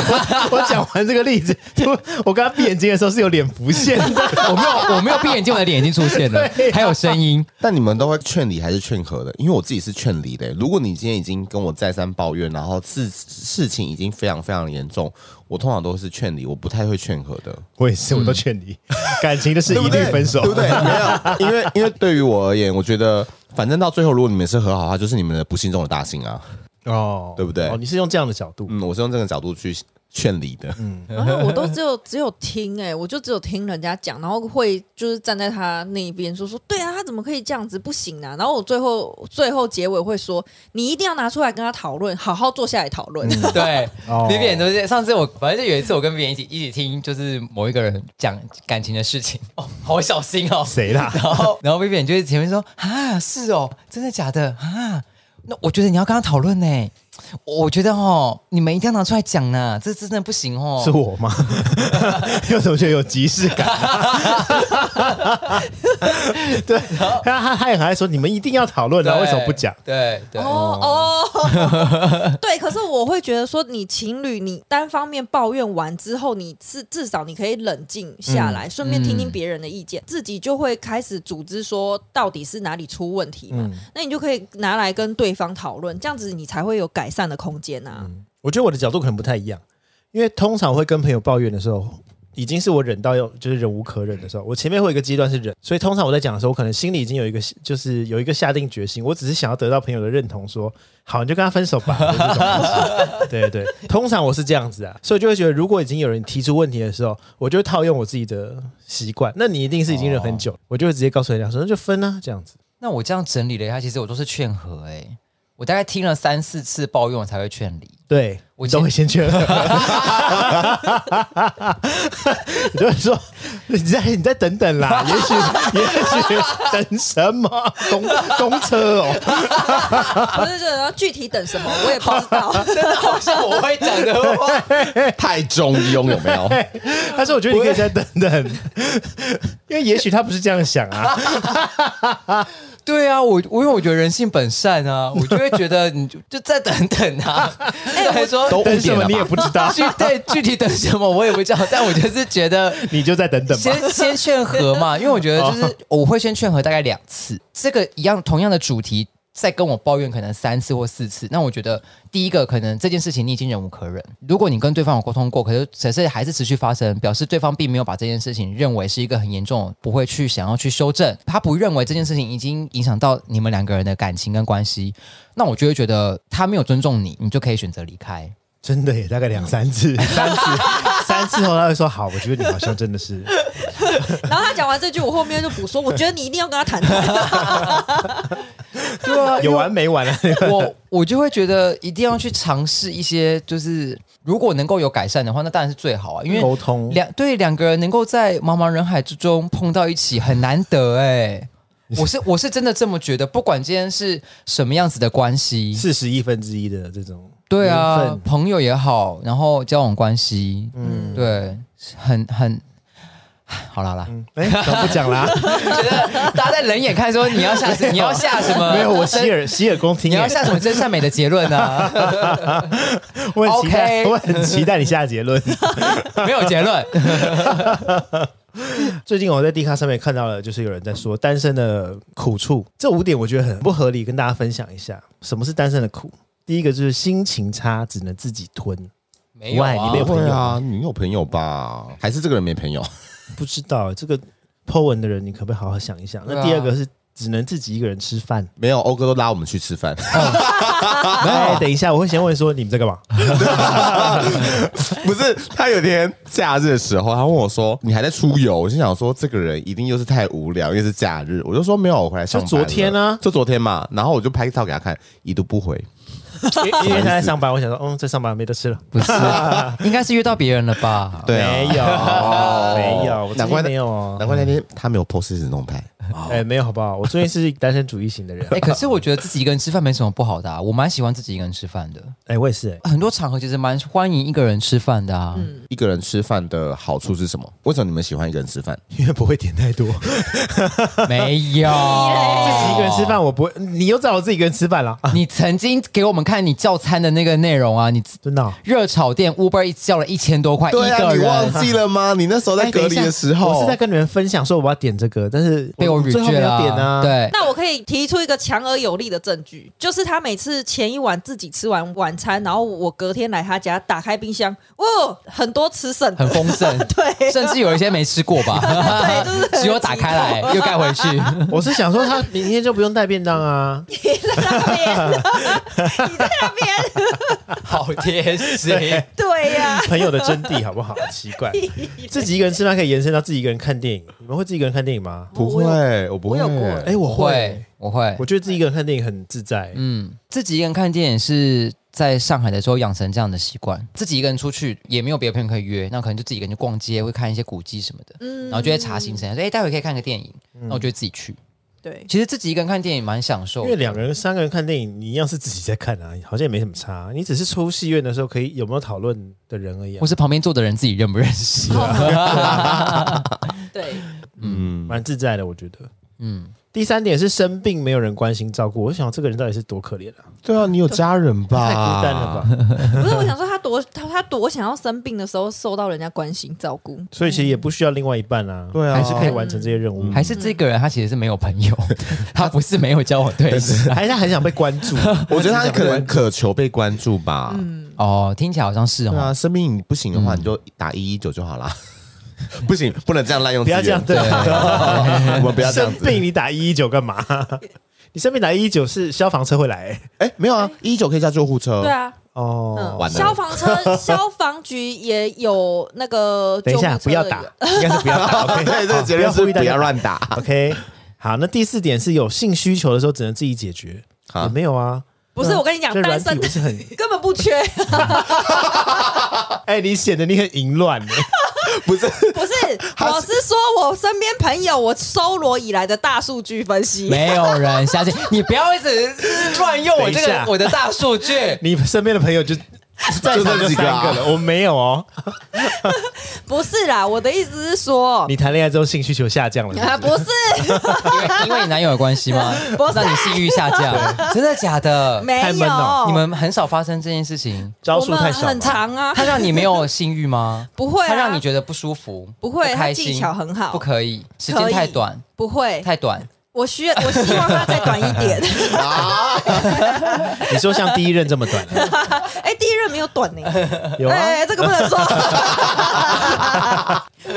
[SPEAKER 3] 我讲完这个例子，我我跟她闭眼睛的时候是有脸浮现的。
[SPEAKER 1] 我没有，我没有闭眼睛，我的脸已经出现 了，
[SPEAKER 3] 啊
[SPEAKER 1] 还有声音。
[SPEAKER 2] 但你们都会劝离还是劝和的？因为我自己是劝离的。如果你今天已经跟我再三抱怨，然后事事情已经非常非常严重，我通常都是劝离，我不太会劝和的，
[SPEAKER 3] 我也是，我都劝你，感情的事
[SPEAKER 2] 对
[SPEAKER 3] 一
[SPEAKER 2] 不
[SPEAKER 3] 律
[SPEAKER 2] 对？
[SPEAKER 3] 分手
[SPEAKER 2] 对。不 对？没有，因为因为对于我而言，我觉得反正到最后，如果你们是和好的话，就是你们的不幸中的大幸啊。
[SPEAKER 3] 哦，
[SPEAKER 2] 对不对
[SPEAKER 3] 哦，你是用这样的角度，
[SPEAKER 2] 嗯，我是用这个角度去劝离的。
[SPEAKER 3] 嗯
[SPEAKER 4] 然后我都只有 只有听哎、我就只有听人家讲，然后会就是站在他那一边说说，对啊，他怎么可以这样子，不行啊。然后我最后最后结尾会说，你一定要拿出来跟他讨论，好好坐下来讨论。
[SPEAKER 1] 对
[SPEAKER 3] 哦，
[SPEAKER 1] 你脸都是。上次我反正就有一次，我跟别人一起一起听，就是某一个人讲感情的事 情，哦，好小心哦。
[SPEAKER 3] 谁啦？
[SPEAKER 1] 然后， 然后 Vivian 就是前面说啊，是哦，真的假的啊？那我觉得你要跟他讨论呢。我觉得哦，你们一定要拿出来讲呢，这真的不行哦。
[SPEAKER 3] 是我吗？ 有同学有即视 感、对，他他他也很爱说，你们一定要讨论啊，
[SPEAKER 1] 对
[SPEAKER 3] 为什么不讲？？
[SPEAKER 1] 对对，
[SPEAKER 4] 哦哦，对，可是我会觉得说，你情侣你单方面抱怨完之后，你是至少你可以冷静下来，顺便听听别人的意见，自己就会开始组织说到底是哪里出问题嘛。那你就可以拿来跟对方讨论，这样子你才会有改善的空间啊。
[SPEAKER 3] 我觉得我的角度可能不太一样，因为通常会跟朋友抱怨的时候，已经是我忍到要就是忍无可忍的时候。我前面会有一个阶段是忍，所以通常我在讲的时候，我可能心里已经有一个就是有一个下定决心，我只是想要得到朋友的认同说好你就跟他分手吧。就是这种东西对对，通常我是这样子啊，所以我就会觉得如果已经有人提出问题的时候，我就会套用我自己的习惯。那你一定是已经忍很久，我就会直接告诉人家说那就分啊这样子。
[SPEAKER 1] 那我这样整理了一下，其实我都是劝和哎、我大概听了三四次抱怨，我才会劝 离。
[SPEAKER 3] 对，
[SPEAKER 1] 我
[SPEAKER 3] 你都
[SPEAKER 1] 今
[SPEAKER 3] 会先确认。 你就会说，你再你再等 等啦，也许也许等什么公公车哦，
[SPEAKER 4] 不是，然后具体等什么我也不知道。
[SPEAKER 1] 好像我会讲的话，
[SPEAKER 2] 太中庸有没有？
[SPEAKER 3] 他说我觉得你可以再等等，因为也许他不是这样想 啊。
[SPEAKER 1] 对啊，我我因为我觉得人性本善啊， 我就会觉得你就就再等等啊。哎、还说
[SPEAKER 2] 都
[SPEAKER 3] 等
[SPEAKER 2] 误
[SPEAKER 3] 什
[SPEAKER 2] 解
[SPEAKER 3] 么
[SPEAKER 2] 了
[SPEAKER 3] 你也
[SPEAKER 2] 吧？
[SPEAKER 3] 不 知道，
[SPEAKER 1] 具对具体等什么我也不知道，但我就是觉得
[SPEAKER 3] 你就再等等 吧。
[SPEAKER 1] 先先劝和嘛，因为我觉得就是我会先劝和大概两次，这个一样同样的主题。再跟我抱怨可能三次或四次，那我觉得第一个可能这件事情你已经忍无可忍。如果你跟对方有沟通过，可是只是还是持续发生，表示对方并没有把这件事情认为是一个很严重，不会去想要去修正，他不认为这件事情已经影响到你们两个人的感情跟关系，那我就会觉得他没有尊重你，你就可以选择离开。
[SPEAKER 3] 真的耶，大概两三次，三次， 三次后他会说好，我觉得你好像真的是，
[SPEAKER 4] 然后他讲完这句，我后面就补说，我觉得你一定要跟他谈谈。
[SPEAKER 1] 对啊
[SPEAKER 3] 有完没完啊？
[SPEAKER 1] 我我就会觉得一定要去尝试一些，就是如果能够有改善的话，那当然是最好啊，因
[SPEAKER 3] 沟
[SPEAKER 1] 为
[SPEAKER 3] 通，
[SPEAKER 1] 两对两个人能够在茫茫人海之中碰到一起很难得哎、我是我是真的这么觉得，不管今天是什么样子的关系，
[SPEAKER 3] 四十亿分之一的这种，
[SPEAKER 1] 对
[SPEAKER 3] 缘
[SPEAKER 1] 啊
[SPEAKER 3] 分，
[SPEAKER 1] 朋友也好，然后交往关系，嗯，对，很很。好啦好啦，
[SPEAKER 3] 哎，怎么不讲啦？
[SPEAKER 1] 觉得大家在冷眼看说你要下什你要下什么？
[SPEAKER 3] 没有，我
[SPEAKER 1] 真
[SPEAKER 3] 洗耳洗耳恭听
[SPEAKER 1] 你
[SPEAKER 3] 耶。
[SPEAKER 1] 要下什么真善美的结论呢、
[SPEAKER 3] 我很期待
[SPEAKER 1] OK
[SPEAKER 3] 我很期待你下的结论。
[SPEAKER 1] 没有结论。
[SPEAKER 3] 最近我在 D 卡上面看到了，就是有人在说单身的苦处，这五点我觉得很不合理，跟大家分享一下，什么是单身的苦。第一个就是心情差，只能自己吞，
[SPEAKER 1] 没有、啊，
[SPEAKER 3] Why？你没
[SPEAKER 2] 不
[SPEAKER 3] 有
[SPEAKER 2] 会啊，你有朋友吧？还是这个人没朋友？
[SPEAKER 3] 不知道这个 Po 文的人，你可不可以好好想一想？
[SPEAKER 1] 对
[SPEAKER 3] 那
[SPEAKER 1] 啊
[SPEAKER 3] 第二个是只能自己一个人 吃饭。
[SPEAKER 2] 没有，欧哥都拉我们去吃饭。
[SPEAKER 3] 哎，等一下，我会先问说你们 在干嘛？
[SPEAKER 2] 不是，他有一天假日的时候，他问我说：“你还在出游？”我心想说，这个人一定又是太无聊，因为是假日。我就说没有，我回来上班了。
[SPEAKER 3] 就昨天啊
[SPEAKER 2] 就昨天嘛。然后我就拍照给他看，已读不回。
[SPEAKER 3] 因因为他在上班，我想说，嗯，在上班没得吃了。
[SPEAKER 1] 不是， 应该是约到别人了吧？
[SPEAKER 2] 对啊
[SPEAKER 3] 没有，没有，我
[SPEAKER 2] 难怪
[SPEAKER 3] 真的没有哦。
[SPEAKER 2] 难怪那天他没有 post 动态。
[SPEAKER 3] 哎，没有好不好？我最近是单身主义型的人。
[SPEAKER 1] 哎、可是我觉得自己一个人吃饭没什么不好的、啊，我蛮喜欢自己一个人吃饭的。
[SPEAKER 3] 哎，我也是。哎
[SPEAKER 1] 很多场合其实蛮欢迎一个人吃饭的啊。
[SPEAKER 4] 嗯
[SPEAKER 2] 一个人吃饭的好处是什么？为什么你们喜欢一个人吃饭？
[SPEAKER 3] 因为不会点太多，自
[SPEAKER 1] 没有，自
[SPEAKER 3] 己 一个人吃。饭我不会，你又找我自己一个人吃饭了，啊
[SPEAKER 1] 你曾经给我们看你叫餐的那个内容啊，你
[SPEAKER 3] 真的哦。
[SPEAKER 1] 热炒店 Uber 一叫了一千多块一
[SPEAKER 2] 对啊，
[SPEAKER 1] 个
[SPEAKER 2] 你
[SPEAKER 1] 人
[SPEAKER 2] 忘，记了吗？你那时候在
[SPEAKER 3] 哎等
[SPEAKER 2] 隔
[SPEAKER 3] 一
[SPEAKER 2] 离
[SPEAKER 3] 下
[SPEAKER 2] 的时候，
[SPEAKER 3] 我是在跟你们分享说我要点这个，但是
[SPEAKER 1] 被我
[SPEAKER 3] 我最后
[SPEAKER 1] reject 了
[SPEAKER 3] 没有
[SPEAKER 1] 啊、
[SPEAKER 3] 点啊。，
[SPEAKER 1] 对，
[SPEAKER 4] 那我可以提出一个强而有力的证据，就是他每次前一晚自己吃完晚餐，然后我隔天来他家，打开冰箱，哦，很多吃剩的，
[SPEAKER 1] 很丰盛，
[SPEAKER 4] 对
[SPEAKER 1] 甚至有一些没吃过吧，
[SPEAKER 4] 对，就是很
[SPEAKER 1] 只有打开来又盖回去。
[SPEAKER 3] 我是想说他明天就不用带便当啊。
[SPEAKER 4] 你在那边，你在那边，
[SPEAKER 1] 好贴心，
[SPEAKER 4] 对呀、
[SPEAKER 3] 朋友的真谛好不好？奇怪，自己一个人吃饭可以延伸到自己一个人看电影。你们会自己一个人看电影吗？
[SPEAKER 2] 不会，我不会。
[SPEAKER 4] 我有过
[SPEAKER 3] 哎、我
[SPEAKER 1] 我 会，，我会
[SPEAKER 3] 我，觉得自己一个人看电影很自在。
[SPEAKER 1] 嗯，自己一个人看电影是在上海的时候养成这样的习惯，自己一个人出去也没有别的朋友可以约，那可能就自己一个人去逛街，会看一些古迹什么的，
[SPEAKER 4] 嗯
[SPEAKER 1] 然后就会查行程，说哎、待会可以看个电影，
[SPEAKER 3] 嗯
[SPEAKER 1] 那我就会自己去。
[SPEAKER 4] 对，
[SPEAKER 1] 其实自己一个人看电影蛮享受
[SPEAKER 3] 因
[SPEAKER 1] 的，
[SPEAKER 3] 为两个人、三个人看电影，你一样是自己在看啊，好像也没什么差。你只是出戏院的时候可以有没有讨论的人而已、啊
[SPEAKER 1] 或，是旁边坐的人自己认不认 识。
[SPEAKER 4] 对，
[SPEAKER 2] 嗯，
[SPEAKER 3] 蛮自在的，我觉得。
[SPEAKER 1] 嗯，
[SPEAKER 3] 第三点是生病没有人关心照顾，我想这个人到底是多可怜啊，
[SPEAKER 2] 对啊，你有家人吧？
[SPEAKER 3] 太孤单了吧？
[SPEAKER 4] 不是我想说他多他他多想要生病的时候受到人家关心照顾，
[SPEAKER 3] 所以其实也不需要另外一半啊，
[SPEAKER 2] 对啊嗯
[SPEAKER 3] 还是可以完成这些任务，
[SPEAKER 1] 还是这个人他其实是没有朋 友，他不是没有交往对象。
[SPEAKER 3] 还是他很想被关注。
[SPEAKER 2] 我觉得他可能渴求被关注吧。
[SPEAKER 1] 哦，听起来好像是
[SPEAKER 2] 对
[SPEAKER 1] 哦。
[SPEAKER 2] 啊，生病不行的话，你就打一一九就好啦。 不行，不能这样滥用资
[SPEAKER 3] 不
[SPEAKER 2] 源。
[SPEAKER 3] 要这样，对。
[SPEAKER 2] 我们不要这样
[SPEAKER 3] 生
[SPEAKER 2] 子。
[SPEAKER 3] 病你打一一九干嘛？ 你生病打一一九是消防车会来、欸
[SPEAKER 2] 哎，没有啊，一九可以叫救护车。
[SPEAKER 4] 对，啊，
[SPEAKER 3] 哦。
[SPEAKER 4] 嗯，
[SPEAKER 2] 完了
[SPEAKER 4] 消防 车消防局也有那个
[SPEAKER 3] 等一下，
[SPEAKER 4] 救护车
[SPEAKER 3] 不要
[SPEAKER 4] 的
[SPEAKER 3] 打
[SPEAKER 4] 人，
[SPEAKER 3] 应该是不要打。OK，
[SPEAKER 2] 哎对，这
[SPEAKER 3] 好
[SPEAKER 2] 个结论
[SPEAKER 3] 不要
[SPEAKER 2] 是
[SPEAKER 3] 呼吁大
[SPEAKER 2] 不
[SPEAKER 3] 家
[SPEAKER 2] 要乱打。
[SPEAKER 3] OK，好，那第四点是有性需求的时候只能自己解决，
[SPEAKER 2] 啊
[SPEAKER 3] 也没有啊。
[SPEAKER 4] 不是我跟你讲
[SPEAKER 3] 这
[SPEAKER 4] 单
[SPEAKER 3] 软
[SPEAKER 4] 身
[SPEAKER 3] 体不是很
[SPEAKER 4] 根本不缺，
[SPEAKER 3] 哎、你显得你很淫 乱、欸
[SPEAKER 2] 不是，
[SPEAKER 4] 不是， 我是说我身边朋友我搜罗以来的大数据分析，
[SPEAKER 1] 没有人相信你，不要一直乱用我这
[SPEAKER 3] 等一
[SPEAKER 1] 个
[SPEAKER 3] 下
[SPEAKER 1] 我的大数据。
[SPEAKER 3] 你身边的朋友就在
[SPEAKER 2] 就
[SPEAKER 3] 场
[SPEAKER 2] 这
[SPEAKER 3] 就
[SPEAKER 2] 几
[SPEAKER 3] 三
[SPEAKER 2] 个啊
[SPEAKER 3] 个了，我没有哦。
[SPEAKER 4] 不是啦，我的意思是说。
[SPEAKER 3] 你谈恋爱之后性需求下降了是不是
[SPEAKER 4] 啊，不是，
[SPEAKER 1] 因为因为你男友有关系吗？
[SPEAKER 4] 不是啊
[SPEAKER 1] 让你性欲下 降，真的假的？
[SPEAKER 4] 没
[SPEAKER 3] 太闷了
[SPEAKER 4] 有，
[SPEAKER 1] 你们很少发生这件事情，
[SPEAKER 3] 招
[SPEAKER 4] 我
[SPEAKER 3] 数
[SPEAKER 4] 们
[SPEAKER 3] 太少
[SPEAKER 4] 很
[SPEAKER 3] 了。
[SPEAKER 4] 长啊，
[SPEAKER 1] 他让你没有性欲吗？
[SPEAKER 4] 不会啊
[SPEAKER 1] 他让你觉得不舒服，
[SPEAKER 4] 不会
[SPEAKER 1] 开心，
[SPEAKER 4] 他技巧很好
[SPEAKER 1] 不可以，时
[SPEAKER 4] 可
[SPEAKER 1] 间
[SPEAKER 4] 以
[SPEAKER 1] 太短，
[SPEAKER 4] 不会，
[SPEAKER 1] 太短。
[SPEAKER 4] 我需要，我希望它再短一 点。
[SPEAKER 3] 你说像第一任这么短，
[SPEAKER 4] 哎、第一任没有短呢、
[SPEAKER 3] 有啊？
[SPEAKER 4] 哎、这个不能说。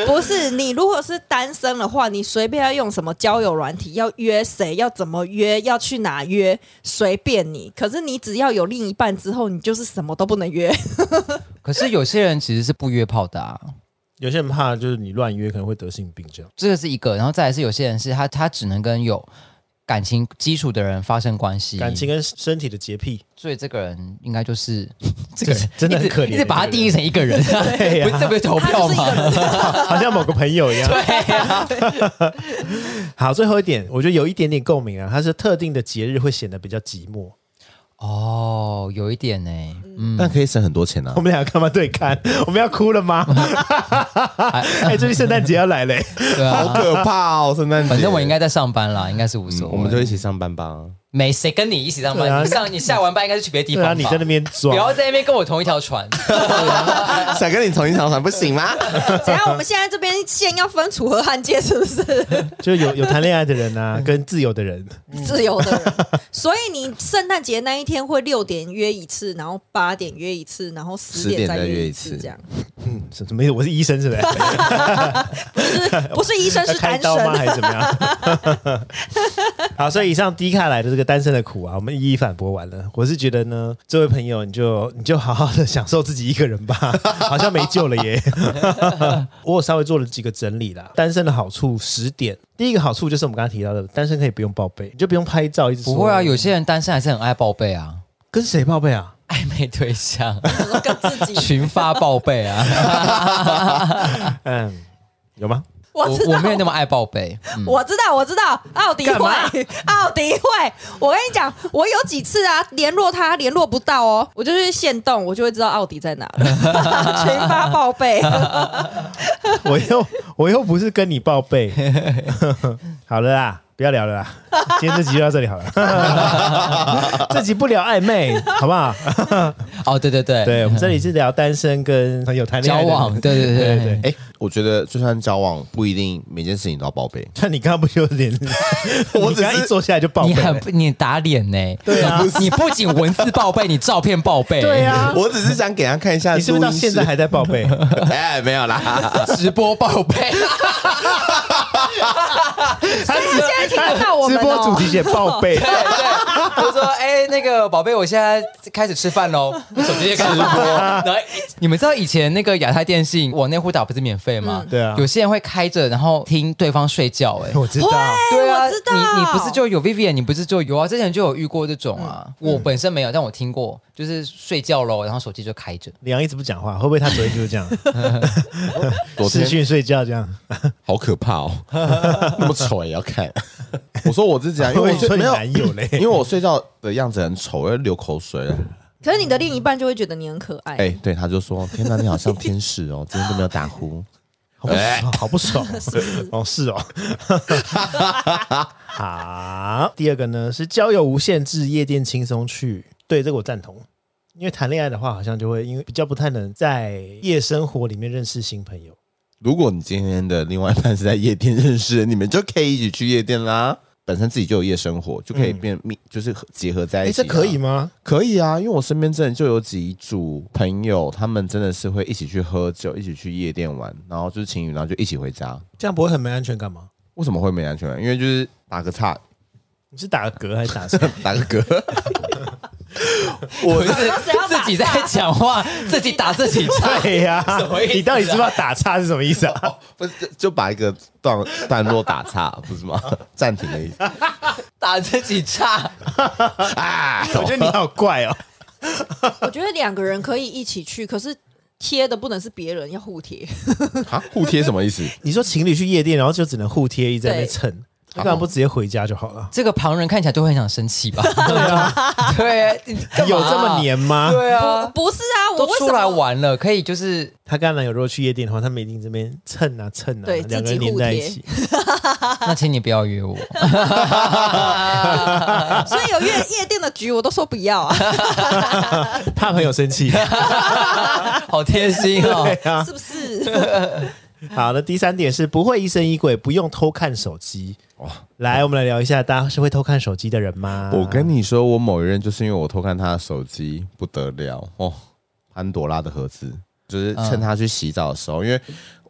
[SPEAKER 4] 不是你，如果是单身的话，你随便要用什么交友软体，要约谁，要怎么约，要去哪约，随便你。可是你只要有另一半之后，你就是什么都不能约。
[SPEAKER 1] 可是有些人其实是不约炮的啊。
[SPEAKER 3] 有些人怕就是你乱约可能会得性病这样。
[SPEAKER 1] 这个是一个，然后再来是有些人是他他只能跟有感情基础的人发生关系，
[SPEAKER 3] 感情，跟身体的洁癖，
[SPEAKER 1] 所以这个人应该就是 这个人
[SPEAKER 3] 真的
[SPEAKER 1] 一直
[SPEAKER 3] 很可怜
[SPEAKER 1] 一直把他定义成一个人，
[SPEAKER 3] 对啊
[SPEAKER 1] 不是这不是投票吗？
[SPEAKER 3] 好像某个朋友一样。
[SPEAKER 1] 对呀，
[SPEAKER 4] 啊
[SPEAKER 3] 好，最后一点，我觉得有一点点共鸣啊，它是特定的节日会显得比较寂寞。
[SPEAKER 1] 哦，有一点呢，嗯，
[SPEAKER 2] 但可以省很多钱啊
[SPEAKER 3] 我。们俩干嘛对看？我们要哭了 吗？哎，最近圣诞节要来嘞，
[SPEAKER 1] 对啊
[SPEAKER 2] 好。可怕哦，圣诞节。
[SPEAKER 1] 反正我应该在上班啦，应该是无所
[SPEAKER 2] 嗯，
[SPEAKER 1] 谓。
[SPEAKER 2] 我们就一起上班吧。
[SPEAKER 1] 没谁跟你一起上
[SPEAKER 3] 对啊
[SPEAKER 1] 班，你上你下完班应该是去别的地
[SPEAKER 3] 对
[SPEAKER 1] 方吧。
[SPEAKER 3] 啊，你在那边装
[SPEAKER 1] 不，要在那边跟我同一条船。
[SPEAKER 2] 想跟你重新上船不行吗？
[SPEAKER 4] 怎样？我们现在这边线要分楚河汉界，是不是？
[SPEAKER 3] 就有有谈恋爱的人啊，跟自由的人，
[SPEAKER 4] 自由的人。所以你圣诞节那一天会六点约一次，然后八点约一次，然后十
[SPEAKER 2] 10点
[SPEAKER 4] 再
[SPEAKER 2] 再约
[SPEAKER 4] 约
[SPEAKER 2] 一
[SPEAKER 4] 次，
[SPEAKER 2] 次
[SPEAKER 4] 这样。
[SPEAKER 3] 什么意思？我是医生是不是？
[SPEAKER 4] 不是医生
[SPEAKER 3] 要
[SPEAKER 4] 是
[SPEAKER 3] 开
[SPEAKER 4] 单
[SPEAKER 3] 刀吗？
[SPEAKER 4] 身，
[SPEAKER 3] 还是怎么样？ 好，所以以上低卡来的这个单身的苦啊，我们一一反驳完了。我是觉得呢，这位朋友，你就你就好好的享受自己一个 人吧，好像没救了耶。我有稍微做了几个整理啦，单身的好处十点。第一个好处就是我们刚刚提到的，单身可以不用报备，你就不用拍照，一直说
[SPEAKER 1] 不会啊，有些人单身还是很爱报备啊，
[SPEAKER 3] 跟谁报备啊？
[SPEAKER 1] 暧昧对象
[SPEAKER 4] 我跟自己
[SPEAKER 1] 群发报备啊。
[SPEAKER 3] 嗯，有吗？
[SPEAKER 4] 我我
[SPEAKER 1] 我
[SPEAKER 4] 知道
[SPEAKER 1] 我没有那么爱报备，嗯
[SPEAKER 4] 我知道，我知道，奥迪
[SPEAKER 3] 干嘛
[SPEAKER 4] 会， 奥迪会。我跟你讲，我有几次啊，联络他联络不到哦，我就去现动，我就会知道奥迪在哪 了，群发报备。
[SPEAKER 3] 我又我又不是跟你报备，好了啦，不要聊了啦，今天这集就到这里好了，这集不聊暧昧，好不好？
[SPEAKER 1] 哦，对对对，
[SPEAKER 3] 对我们这里是聊单身跟有谈恋爱
[SPEAKER 1] 交
[SPEAKER 3] 的
[SPEAKER 1] 往，对对
[SPEAKER 3] 对
[SPEAKER 1] 对
[SPEAKER 3] 对对
[SPEAKER 1] 对。
[SPEAKER 2] 哎、我觉得就算交往，不一定每件事情都要报备。
[SPEAKER 3] 那你刚刚不就脸？
[SPEAKER 2] 我
[SPEAKER 3] 你
[SPEAKER 2] 只
[SPEAKER 3] 刚刚一
[SPEAKER 2] 是
[SPEAKER 3] 坐下来就报备
[SPEAKER 1] 你
[SPEAKER 3] 了，
[SPEAKER 1] 很不你打脸呢，
[SPEAKER 3] 对啊
[SPEAKER 1] 你你不仅文字报备，你照片报备，
[SPEAKER 3] 对啊，
[SPEAKER 2] 我只是想给他看一下
[SPEAKER 3] 你是不是到现在还在报备？
[SPEAKER 2] 还 哎没有啦？
[SPEAKER 1] 直播报备，
[SPEAKER 3] 他
[SPEAKER 4] 他现在听得到我
[SPEAKER 3] 直
[SPEAKER 4] 们
[SPEAKER 3] 播主
[SPEAKER 4] 哦。
[SPEAKER 3] 题写 报备，
[SPEAKER 1] 对对，就说哎、那个宝贝，我现在开始吃饭喽，手机就开始播。然后你们知道以前那个亚太电信网内互打不是免费吗？
[SPEAKER 3] 对啊
[SPEAKER 1] 有些人会开着，然后听对方睡觉、哎。
[SPEAKER 3] 我知道。
[SPEAKER 4] 会
[SPEAKER 1] 对啊，
[SPEAKER 4] 我知道
[SPEAKER 1] 你你不是就有 Vivian，你不是就有啊？之前就有遇过这种啊，我本身没有，但我听过，就是睡觉喽，然后手机就开着，
[SPEAKER 3] 李阳一直不讲话，会不会他昨天就是这样
[SPEAKER 2] 昨
[SPEAKER 3] 失
[SPEAKER 2] 天
[SPEAKER 3] 去睡觉这样？
[SPEAKER 2] 好可怕 哦，那么丑也要看。 我说我自 己啊，因
[SPEAKER 3] 会
[SPEAKER 2] 为
[SPEAKER 3] 不
[SPEAKER 2] 我
[SPEAKER 3] 会说你
[SPEAKER 2] 没有，
[SPEAKER 3] 男友嘞？
[SPEAKER 2] 因为我睡觉的样子很丑，我要流口水了。
[SPEAKER 4] 可是你的另一半就会觉得你很可爱。
[SPEAKER 2] 哎、对，他就 说：“天哪，你好像天使哦，今天都没有打呼。
[SPEAKER 3] 好不爽，好不 爽，哦是哦。 好，第二个呢是交友无限制，夜店轻松去。对，这个我赞同，因为谈恋爱的话，好像就会因为比较不太能在夜生活里面认识新朋友。”
[SPEAKER 2] 如果你今天的另外一半是在夜店认识的，你们就可以一起去夜店啦。本身自己就有夜生活，就可以变密，就是合结合在
[SPEAKER 3] 哎，
[SPEAKER 2] 一起、
[SPEAKER 3] 嗯这可以？吗？
[SPEAKER 2] 可以啊，因为我身边真的就有几组朋友，他们真的是会一起去喝酒，一起去夜店玩，然后就是情侣，然后就一起回家。
[SPEAKER 3] 这样不会很没安全感吗？
[SPEAKER 2] 为什么会没安全感？因为就是打个岔，
[SPEAKER 3] 你是打嗝还是打 嗝？
[SPEAKER 2] 打个嗝。
[SPEAKER 1] 我是
[SPEAKER 4] 谁要打
[SPEAKER 1] 自己在讲话，自己打自己岔。
[SPEAKER 3] 对呀、
[SPEAKER 1] 什么意思啊
[SPEAKER 3] 你到底知不知道打岔是什么意思啊？
[SPEAKER 2] 哦不是就就把一个段段落打岔，不是吗？暂停的意思
[SPEAKER 1] 打自己岔，
[SPEAKER 2] 啊！
[SPEAKER 3] 我觉得你好怪哦。
[SPEAKER 4] 我觉得两个人可以一起去，可是贴的不能是别人，要互贴。
[SPEAKER 2] 啊，互贴什么意思？
[SPEAKER 3] 你说情侣去夜店，然后就只能互贴，一直在那边
[SPEAKER 4] 对
[SPEAKER 3] 蹭，那干嘛不直接回家就好 了？
[SPEAKER 1] 这个旁人看起来都会很想生气吧？对啊，对，你干嘛
[SPEAKER 3] 有这么黏吗？
[SPEAKER 1] 对啊，
[SPEAKER 4] 不不是 啊，我
[SPEAKER 1] 都
[SPEAKER 4] 为什
[SPEAKER 1] 出
[SPEAKER 4] 么
[SPEAKER 1] 来玩了，可以 就是
[SPEAKER 3] 她跟她男友如果去夜店的话，他们一定这边蹭啊蹭啊，
[SPEAKER 4] 对
[SPEAKER 3] 两个
[SPEAKER 4] 自己
[SPEAKER 3] 人黏
[SPEAKER 4] 互
[SPEAKER 3] 在一
[SPEAKER 4] 贴
[SPEAKER 3] 起。
[SPEAKER 1] 那请你不要约我。
[SPEAKER 4] 所以有夜夜店的局，我都说不要 啊，
[SPEAKER 3] 怕朋友生 气。啊
[SPEAKER 1] 好贴心哦！
[SPEAKER 4] 是不是？
[SPEAKER 3] 好的，第三点是不会疑神疑鬼，不用偷看手机。来，我们来聊一下，大家是会偷看手机的人吗？
[SPEAKER 2] 我跟你说，我某一任就是因为我偷看他的手机，不得了哦，潘多拉的盒子，就是趁他去洗澡的时候，因为。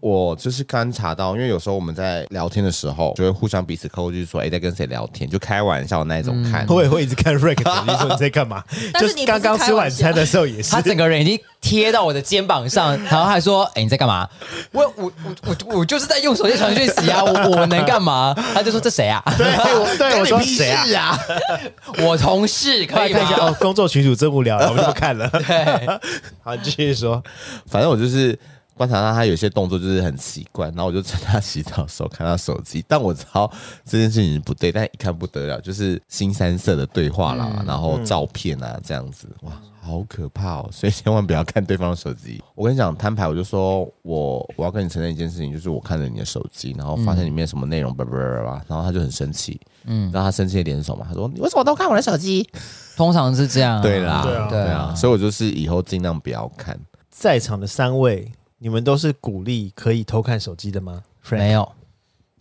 [SPEAKER 2] 我就是观察到，因为有时候我们在聊天的时候，就会互相彼此扣就是说，哎、在跟谁聊天，就开玩笑那一种看。
[SPEAKER 3] 我也会一直看 Rick，你说你在干嘛？
[SPEAKER 4] 但
[SPEAKER 3] 就是
[SPEAKER 4] 你不是
[SPEAKER 3] 刚刚吃
[SPEAKER 4] 开
[SPEAKER 3] 晚
[SPEAKER 4] 玩笑
[SPEAKER 3] 餐的时候也是
[SPEAKER 1] 他。整个人已经贴到我的肩膀上，然后还说：“哎、你在干嘛？”我我我我我就是在用手机传讯息啊，我我能干嘛？他就说：“这谁啊？
[SPEAKER 3] 对，我 对 我说谁啊？
[SPEAKER 2] 啊？
[SPEAKER 1] 我同事可
[SPEAKER 3] 快
[SPEAKER 1] 以
[SPEAKER 3] 看一下
[SPEAKER 1] 吗
[SPEAKER 3] 哦，工作群主真无 聊，我们就不看了。？”
[SPEAKER 1] 对，
[SPEAKER 3] 好，你继续说。
[SPEAKER 2] 反正我就是观察到他有些动作就是很奇怪，然后我就趁他洗澡的时候看他手机，但我知道这件事情是不对，但一看不得了，就是新三色的对话啦，
[SPEAKER 3] 嗯
[SPEAKER 2] 然后照片啊这样子，哇，好可怕哦！所以千万不要看对方的手机。我跟你讲，摊牌，我就说我我要跟你承认一件事情，就是我看了你的手机，然后发现里面什么
[SPEAKER 3] 嗯
[SPEAKER 2] 内容，叭叭叭叭，然后他就很生气，嗯，然后他生气的点是什么？他说你为什么都看我的手机？
[SPEAKER 1] 通常是这样啊、
[SPEAKER 2] 对啦，
[SPEAKER 3] 对啊
[SPEAKER 1] 对
[SPEAKER 2] 对
[SPEAKER 1] 啊
[SPEAKER 2] 啊，，所以我就是以后尽量不要看。
[SPEAKER 3] 在场的三位，你们都是鼓励可以偷看手机的吗？
[SPEAKER 1] 没有，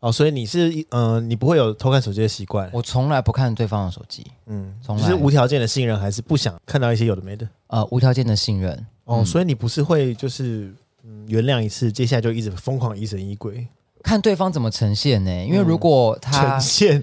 [SPEAKER 3] 哦，所以你是嗯、呃你不会有偷看手机的习惯，
[SPEAKER 1] 我从来不看对方的手机，
[SPEAKER 3] 嗯，
[SPEAKER 1] 从
[SPEAKER 3] 就
[SPEAKER 1] 来
[SPEAKER 3] 是无条件的信任，还是不想看到一些有的没的？
[SPEAKER 1] 呃，无条件的信任。
[SPEAKER 3] 哦，所以你不是会就是嗯原谅一次，接下来就一直疯狂疑神疑鬼，
[SPEAKER 1] 看对方怎么呈现呢、因为如果他、
[SPEAKER 3] 呈现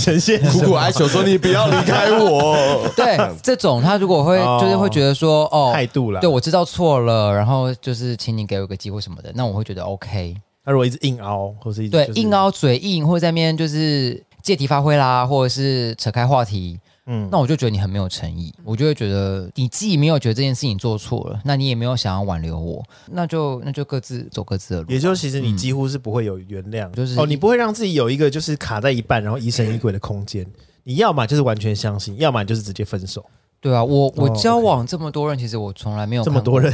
[SPEAKER 3] 呈现什
[SPEAKER 2] 苦
[SPEAKER 3] 么
[SPEAKER 2] 苦哀求说：“你不要离开我。
[SPEAKER 1] 对这种他如果会、
[SPEAKER 3] 哦
[SPEAKER 1] 就是会觉得说哦
[SPEAKER 3] 态度啦。
[SPEAKER 1] 对我知道错了，然后就是请你给我个机会什么的，那我会觉得 OK。
[SPEAKER 3] 他如果一直硬凹，或是一直
[SPEAKER 1] 对，
[SPEAKER 3] 就是
[SPEAKER 1] 硬，凹嘴硬，或者在那边就是借题发挥啦，或者是扯开话题，
[SPEAKER 3] 嗯
[SPEAKER 1] 那我就觉得你很没有诚意，我就会觉得你既没有觉得这件事情做错了，那你也没有想要挽留我，那就那就各自走各自的路。
[SPEAKER 3] 也就是其实你几乎是不会有原谅，
[SPEAKER 1] 嗯就是
[SPEAKER 3] 哦，你不会让自己有一个就是卡在一半，然后疑神疑鬼的空间。你要么就是完全相信，要么你就是直接分手。
[SPEAKER 1] 对啊，我我
[SPEAKER 3] 哦
[SPEAKER 1] 交往这么多人，其实我从来没有
[SPEAKER 3] 这么
[SPEAKER 1] 看过
[SPEAKER 3] 多人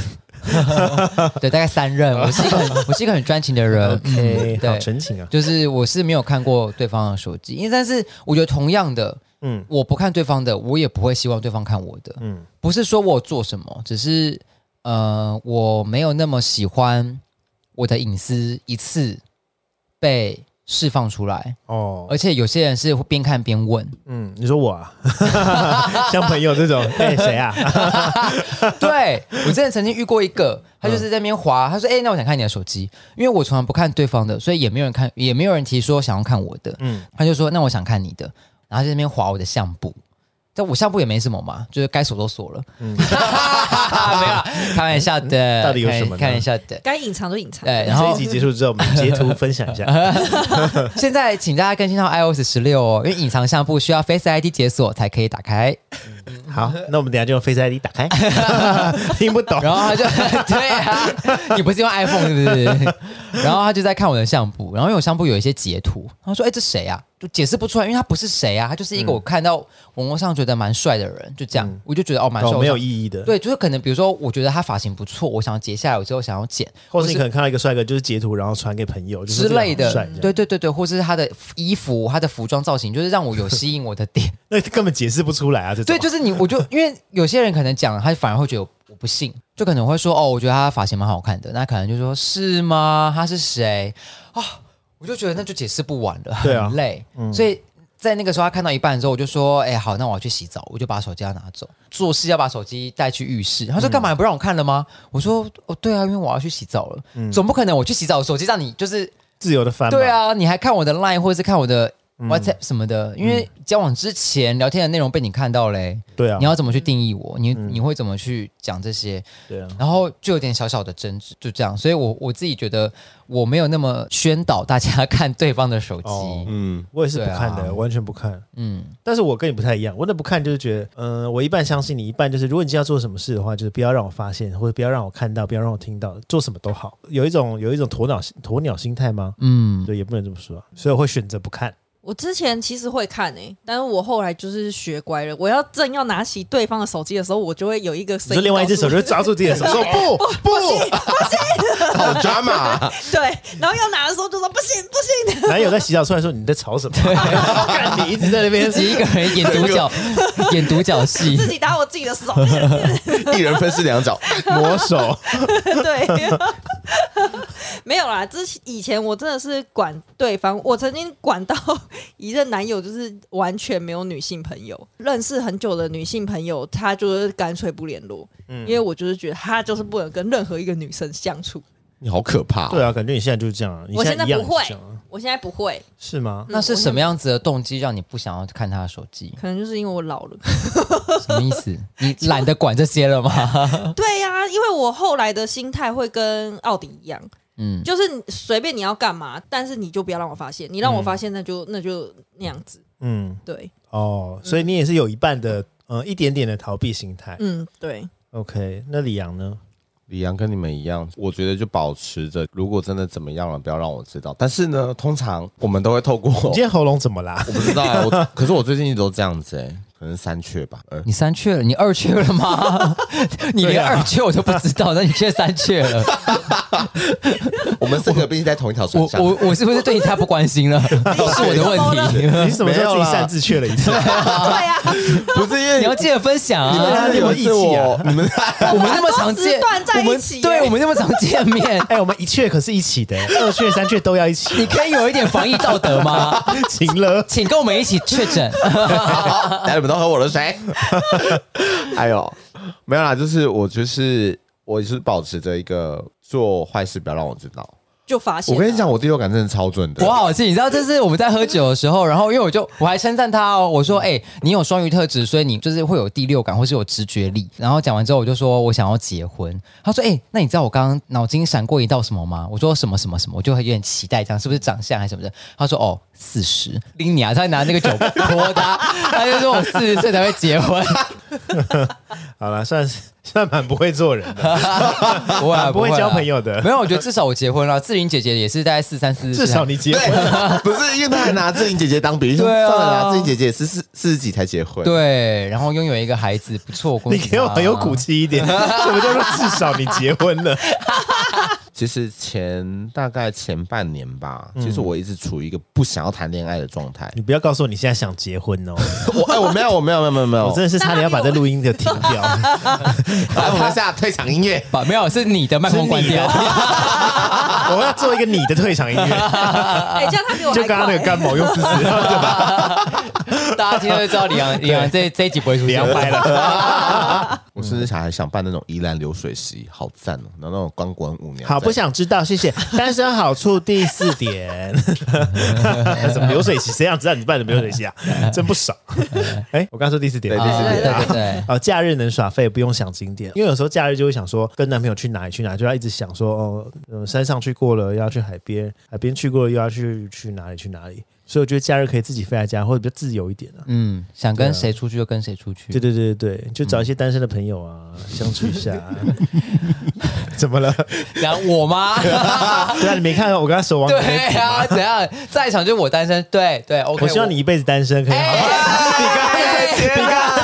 [SPEAKER 1] 对，大概三任。我是一个 很我是一个很专情的人，
[SPEAKER 3] ，OK，
[SPEAKER 1] 嗯
[SPEAKER 3] 好
[SPEAKER 1] 对，
[SPEAKER 3] 纯情啊，
[SPEAKER 1] 就是我是没有看过对方的手机，因为但是我觉得同样的，
[SPEAKER 3] 嗯
[SPEAKER 1] 我不看对方的，我也不会希望对方看我的。
[SPEAKER 3] 嗯
[SPEAKER 1] 不是说我有做什么，只是呃，我没有那么喜欢我的隐私一次被释放出来，
[SPEAKER 3] 哦，
[SPEAKER 1] 而且有些人是会边看边问，
[SPEAKER 3] 嗯，你说我 啊，像朋友这 种，哎，谁啊？
[SPEAKER 1] 对我之前曾经遇过一个，他就是在那边滑，他说：“哎、那我想看你的手机，因为我从来不看对方的，所以也没有人看，也没有人提说想要看我的。”
[SPEAKER 3] 嗯
[SPEAKER 1] 嗯，他就说：“那我想看你的。”然后在那边划我的相簿，但我相簿也没什么嘛，就是该锁都锁了。嗯， 没有啦，开玩笑的，
[SPEAKER 3] 到底有什么呢
[SPEAKER 1] 开玩笑的。
[SPEAKER 4] 该隐藏就隐藏。
[SPEAKER 1] 对，然
[SPEAKER 3] 这一
[SPEAKER 1] 后
[SPEAKER 3] 集结束之后，我们截图分享一 下。
[SPEAKER 1] 现在请大家更新到 iOS 十六哦，因为隐藏相簿需要 Face ID 解锁才可以打开。
[SPEAKER 3] 好，那我们等一下就用 Face ID 打开， 听不懂。 哦
[SPEAKER 1] 然后他就对啊，你不是用 iPhone 是不是？然后他就在看我的相簿，然后因为我相簿有一些截图，然后说：“哎、这谁啊？”就解释不出来，因为他不是谁啊，他就是
[SPEAKER 3] 嗯
[SPEAKER 1] 一个我看到网络上觉得蛮帅的人，就这样，我就觉得哦，蛮帅，
[SPEAKER 3] 哦，没有
[SPEAKER 1] 义。
[SPEAKER 3] 意义的。，
[SPEAKER 1] 对，就是可能比如说，我觉得他发型不错，我想要截下来，我之后想要剪，
[SPEAKER 3] 或是你可能看到一个帅哥，就是截图然后传给朋友就是
[SPEAKER 1] 之类的
[SPEAKER 3] 这个很帅，这样
[SPEAKER 1] 对对对对，或是他的衣服、他的服装造型，就是让我有吸引我的点。
[SPEAKER 3] 那根本解释不出来啊。这种
[SPEAKER 1] 对，就是你，我就因为有些人可能讲，他反而会觉得我不信，就可能会说哦，我觉得他发型蛮好看的，那可能就说是吗？他是谁啊？我就觉得那就解释不完了，
[SPEAKER 3] 对啊
[SPEAKER 1] 很累，所以。在那个时候，他看到一半之后，我就说：“哎、好，那我要去洗澡。”我就把手机要拿走，做事要把手机带去浴室。他
[SPEAKER 3] 嗯
[SPEAKER 1] 说：“干嘛？你不让我看了吗？”我说：“哦，对啊，因为我要去洗澡了，
[SPEAKER 3] 嗯
[SPEAKER 1] 总不可能我去洗澡，手机让你就是
[SPEAKER 3] 自由的翻。
[SPEAKER 1] 对，啊，你还看我的 Line 或者是看我的
[SPEAKER 3] 嗯
[SPEAKER 1] WhatsApp 什么的，因为交往之前聊天的内容被你看到嘞、
[SPEAKER 3] 对啊，
[SPEAKER 1] 你要怎么去定义我？你、你会怎么去讲这些？
[SPEAKER 3] 对啊，
[SPEAKER 1] 然后就有点小小的争执，就这样。所以我我自己觉得我没有那么宣导大家看对方的手机。
[SPEAKER 3] 哦
[SPEAKER 2] 嗯，
[SPEAKER 3] 我也是不看
[SPEAKER 1] 对
[SPEAKER 3] 的，
[SPEAKER 1] 啊
[SPEAKER 3] 完全不看。
[SPEAKER 1] 嗯，
[SPEAKER 3] 但是我跟你不太一样，我那不看就是觉得，嗯、我一半相信你，一半就是如果你今天要做什么事的话，就是不要让我发现，或者不要让我看到，不要让我听到，做什么都好，有一种有一种鸵鸟鸵鸟心态吗？
[SPEAKER 1] 嗯，
[SPEAKER 3] 对，也不能这么说啊，所以我会选择不看。
[SPEAKER 4] 我之前其实会看诶、欸但是我后来就是学乖了。我要正要拿起对方的手机的时候，我就会有一个
[SPEAKER 3] 你
[SPEAKER 4] 声
[SPEAKER 3] 说
[SPEAKER 4] 音，
[SPEAKER 3] 另外一只手就，抓住自己的手，
[SPEAKER 2] 哎
[SPEAKER 3] 说不不，
[SPEAKER 2] 好 drama，
[SPEAKER 4] 对，然后要拿的时候就说不行不行，
[SPEAKER 3] 男友在洗澡出来说你在吵什么？看你一直在那边
[SPEAKER 1] 自己一个人演独角演独角戏，
[SPEAKER 4] 自己打我自己的 手，
[SPEAKER 2] 一人分饰两角，
[SPEAKER 3] 磨手，
[SPEAKER 4] 对，没有啦。之前以前我真的是管对方，我曾经管到 一任男友，就是完全没有女性朋友，认识很久的女性朋友，他就是干脆不联络，
[SPEAKER 3] 嗯
[SPEAKER 4] 因为我就是觉得他就是不能跟任何一个女生相处。
[SPEAKER 2] 你好可怕、哦
[SPEAKER 3] 对，啊，感觉你现在就是这样啊，你
[SPEAKER 4] 我现
[SPEAKER 3] 在
[SPEAKER 4] 在
[SPEAKER 3] 一样
[SPEAKER 4] 不会
[SPEAKER 3] 是这样啊，
[SPEAKER 4] 我现在不会，
[SPEAKER 3] 是吗？
[SPEAKER 1] 那是什么样子的动机让你不想要看他的手机？
[SPEAKER 4] 可能就是因为我老了。
[SPEAKER 1] 什么意思？你懒得管这些了吗？
[SPEAKER 4] 对呀、因为我后来的心态会跟奥迪一样，
[SPEAKER 1] 嗯，
[SPEAKER 4] 就是随便你要干嘛，但是你就不要让我发现，你让我发现那就、那就那样子。
[SPEAKER 3] 嗯，
[SPEAKER 4] 对，
[SPEAKER 3] 哦，所以你也是有一半的，呃，一点点的逃避心态。
[SPEAKER 4] 嗯，对，
[SPEAKER 3] OK，那李阳呢？
[SPEAKER 2] 李阳跟你们一样，我觉得就保持着，如果真的怎么样了，不要让我知道。但是呢，通常我们都会 透过，
[SPEAKER 3] 你今天喉咙怎 么啦？
[SPEAKER 2] 我不知道、啊，我可是我最近一直都这样子、欸，可能三缺吧，呃，
[SPEAKER 1] 你三缺了，你二缺了吗？你
[SPEAKER 3] 对
[SPEAKER 1] 连
[SPEAKER 3] 啊
[SPEAKER 1] 二缺我都不知道，那你却三缺了，
[SPEAKER 2] 我们四个毕竟在同一条
[SPEAKER 1] 我
[SPEAKER 2] 船上。
[SPEAKER 1] 我我是不是对你太不关心了？是我的问题。
[SPEAKER 3] 你是什么时候
[SPEAKER 2] 没有啦
[SPEAKER 3] 自己擅自去了一次？，
[SPEAKER 4] 对呀、
[SPEAKER 2] 不是因为
[SPEAKER 1] 你要记得分享
[SPEAKER 2] 你
[SPEAKER 1] 啊！
[SPEAKER 2] 们有一次我，你们
[SPEAKER 1] 我们那么常见，
[SPEAKER 4] 我们很多时段在
[SPEAKER 1] 我们
[SPEAKER 4] 一起耶
[SPEAKER 1] 对我们那么常见面
[SPEAKER 3] 哎，我们一阙可是一起的，二阙三阙都要一起，
[SPEAKER 1] 你可以有一点防疫道德吗？
[SPEAKER 3] 行了。
[SPEAKER 1] 请跟我们一起确 诊。
[SPEAKER 2] 好，来你们都喝我的水。 哎呦，没有啦，就是我就是我就是保持着一个做坏事不要让我知道，
[SPEAKER 4] 就发现
[SPEAKER 2] 我
[SPEAKER 4] 了。
[SPEAKER 2] 跟你讲，我第六感真的超准的
[SPEAKER 1] 我。好气，你知道这是我们在喝酒的时候，然后因为我就我还称赞他哦，我说哎、你有双鱼特质，所以你就是会有第六感或是有直觉力。然后讲完之后，我就说我想要结婚。他说哎、那你知道我刚刚脑筋闪过一道什么吗？我说什么什么什么，我就有点期待，这样是不是长相还是什么的？他说哦，四十，拎你啊！他拿那个酒泼他，他就说我四十岁才会结婚，
[SPEAKER 3] 好了，算是算蛮不会做人的，
[SPEAKER 1] 不会啊、
[SPEAKER 3] 蛮不会
[SPEAKER 1] 啊
[SPEAKER 3] 交朋友的
[SPEAKER 1] 没有，我觉得至少我结婚了。志玲姐姐也是大概四三四，
[SPEAKER 3] 至少你结婚。
[SPEAKER 2] 对， 不是因为他还拿志玲姐姐当比喻，说
[SPEAKER 1] 对啊
[SPEAKER 2] 算了啦，志玲姐姐也是四四十几才结婚，，
[SPEAKER 1] 对，然后拥有一个孩子，不错，恭
[SPEAKER 3] 你
[SPEAKER 1] 喜
[SPEAKER 3] 给我
[SPEAKER 1] 她
[SPEAKER 3] 很有骨气一点，什么叫做至少你结婚了？
[SPEAKER 2] 其实前大概前半年吧，其实我一直处于一个不想要谈恋爱的状态。
[SPEAKER 3] 你不要告诉我你现在想结婚 哦，
[SPEAKER 2] 我哎，我没有，我没有，没有，没有，没有。
[SPEAKER 3] 我真的是差点要把这录音给停掉。
[SPEAKER 2] 来，我们下退场音乐。
[SPEAKER 1] 把啊没有是你 的麦克风关掉，
[SPEAKER 3] 我要做一个你的退场 音乐，
[SPEAKER 4] 哎、这样他比我
[SPEAKER 3] 就
[SPEAKER 4] 还
[SPEAKER 3] 刚刚那
[SPEAKER 4] 快、
[SPEAKER 3] 个干毛用 四十，
[SPEAKER 1] 大家听就知道李阳李阳这这一集不会出
[SPEAKER 3] 你
[SPEAKER 1] 现
[SPEAKER 3] 要。掰了。
[SPEAKER 2] 我甚至想还想办那种宜兰流水席，好赞哦！然后那种光棍舞娘，
[SPEAKER 3] 好，不想知道，谢谢。单身好处第四点， 什么流水席？谁想知道你办的流水席啊？真 不少。哎，我刚说第四点，
[SPEAKER 2] 对
[SPEAKER 1] 啊
[SPEAKER 2] 第四
[SPEAKER 1] 对
[SPEAKER 2] 点
[SPEAKER 1] 对对，
[SPEAKER 3] 哦，假日能耍废，不用想景点，因为有时候假日就会想说跟男朋友去哪里去哪里，就要一直想说哦，呃山上去过了，又要去海边，海边去过了，又要去去哪里去哪里。所以我觉得假日可以自己飞在家，或者比较自由一点啊。
[SPEAKER 1] 嗯，想跟谁出去就跟谁出去
[SPEAKER 3] 对。对对对对，就找
[SPEAKER 1] 嗯
[SPEAKER 3] 一些单身的朋友 啊，相处一下、啊。怎么了？
[SPEAKER 1] 然后我 吗？
[SPEAKER 3] 对啊，你没看到我刚刚手往你那边
[SPEAKER 1] 对
[SPEAKER 3] 指吗？
[SPEAKER 1] 啊，怎样？在场就是我单身，对对，OK。
[SPEAKER 3] 我希望你一辈子单身，可以好
[SPEAKER 1] 哎
[SPEAKER 3] 好。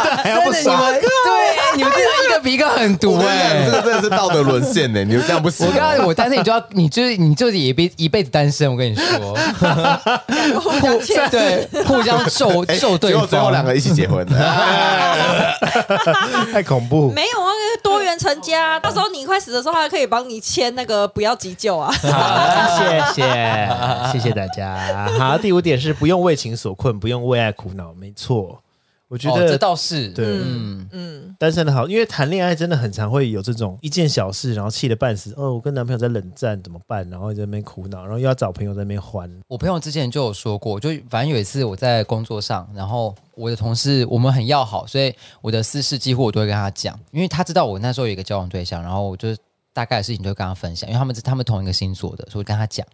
[SPEAKER 3] 你刚刚那个你刚刚那个还要不
[SPEAKER 1] 真的你
[SPEAKER 3] 爽？
[SPEAKER 1] 们对，你们真的一个比一个很毒
[SPEAKER 2] 我跟你讲，这
[SPEAKER 1] 哎。
[SPEAKER 2] 个真的是道德沦陷 呢，你就这样不行
[SPEAKER 1] 我
[SPEAKER 2] 哦。
[SPEAKER 1] 刚刚我单身，你就要你就是你就是也辈一辈子单身，我跟你说，
[SPEAKER 4] 互相欠
[SPEAKER 1] 对，互相 咒
[SPEAKER 2] 哎
[SPEAKER 1] 咒对
[SPEAKER 2] 结
[SPEAKER 1] 方。哦
[SPEAKER 2] 果最后两个一起结 婚了，
[SPEAKER 3] 太恐怖。
[SPEAKER 4] 没有啊，那个多元成家、到时候你快死的时候，他可以帮你签那个不要急救啊。
[SPEAKER 3] 好，谢谢，谢谢大家。好，第五点是不用为情所困，不用为爱苦恼。没错，我觉
[SPEAKER 1] 哦，
[SPEAKER 3] 得、
[SPEAKER 1] 这倒是
[SPEAKER 3] 对
[SPEAKER 1] 嗯，
[SPEAKER 4] 嗯，
[SPEAKER 3] 单身的好，因为谈恋爱真的很常会有这种一件小事，然后气得半死。哦，我跟男朋友在冷战怎么办？然后在那边苦恼，然后又要找朋友在那边欢。
[SPEAKER 1] 我朋友之前就有说过，就反正有一次我在工作上，然后我的同事我们很要好，所以我的私事几乎我都会跟他讲，因为他知道我那时候有一个交往对象，然后我就大概的事情就跟他分享，因为他们是他们同一个星座的，所以我跟他讲，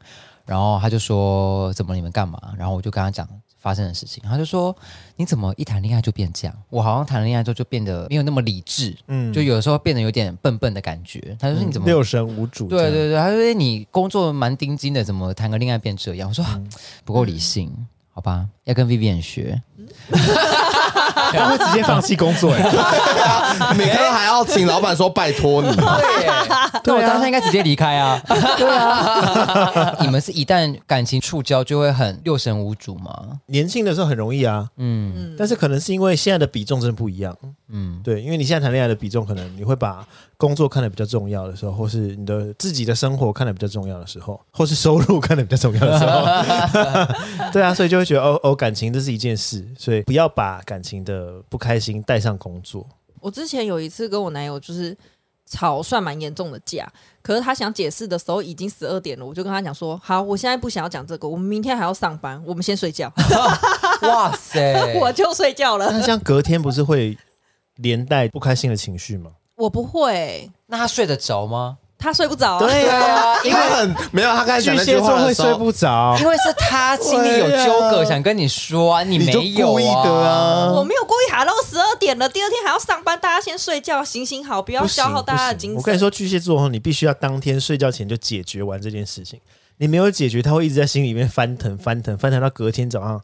[SPEAKER 1] 然后他就说怎么了你们干嘛？然后我就跟他讲发生的事情，他就说你怎么一谈恋爱就变这样？我好像谈了恋爱之后就变得没有那么理智，嗯，就有的时候变得有点笨笨的感觉。他就说你怎么
[SPEAKER 3] 六神无主，
[SPEAKER 1] 对，对对，他说哎你工作蛮钉钉的，怎么谈个恋爱变这样？我说、
[SPEAKER 2] 嗯
[SPEAKER 1] 不够理性，好吧，要跟 Vivian 学。
[SPEAKER 3] 他会直接放弃工作、 哎
[SPEAKER 2] 每个都还要请老板说拜托 你。
[SPEAKER 1] 对，
[SPEAKER 2] 啊
[SPEAKER 1] 那我当下应该直接离开 啊。对啊， 你们是一旦感情触礁就会很六神无主吗？
[SPEAKER 3] 年轻的时候很容易啊，
[SPEAKER 1] 嗯
[SPEAKER 3] 但是可能是因为现在的比重真的不一样。
[SPEAKER 1] 嗯，
[SPEAKER 3] 对，因为你现在谈恋爱的比重，可能你会把工作看得比较重要的时候，或是你的自己的生活看得比较重要的时候，或是收入看得比较重要的时候， 对啊，所以就会觉得哦哦，感情这是一件事，所以不要把感情的不开心带上工作。
[SPEAKER 4] 我之前有一次跟我男友就是吵算蛮严重的架，可是他想解释的时候已经十二点了，我就跟他讲说，好，我现在不想要讲这个，我们明天还要上班，我们先睡觉，，
[SPEAKER 1] 哇塞
[SPEAKER 4] 我就睡觉了。
[SPEAKER 3] 那这样隔天不是会连带不开心的情绪吗？
[SPEAKER 4] 我不会、
[SPEAKER 1] 那他睡得着吗？
[SPEAKER 4] 他睡不着、
[SPEAKER 3] 对 啊，
[SPEAKER 2] 因为很没有，他刚才讲
[SPEAKER 3] 巨
[SPEAKER 2] 那句
[SPEAKER 3] 蟹
[SPEAKER 2] 话
[SPEAKER 3] 座
[SPEAKER 2] 的
[SPEAKER 3] 会
[SPEAKER 2] 时候
[SPEAKER 3] 睡不着
[SPEAKER 1] 因。为是他心里有纠葛，
[SPEAKER 2] 对啊
[SPEAKER 1] 想跟你说啊，你
[SPEAKER 2] 你就
[SPEAKER 1] 没有
[SPEAKER 2] 故意的啊
[SPEAKER 4] 我没有故意喊到十二点了，第二天还要上班，大家先睡觉，行行好，不要
[SPEAKER 3] 不行
[SPEAKER 4] 消耗大家的
[SPEAKER 3] 不行
[SPEAKER 4] 精神。
[SPEAKER 3] 我跟你，说，巨蟹座哦你必须要当天睡觉前就解决完这件事情。你没有解决，他会一直在心里面翻腾、翻腾、翻腾到隔天早上。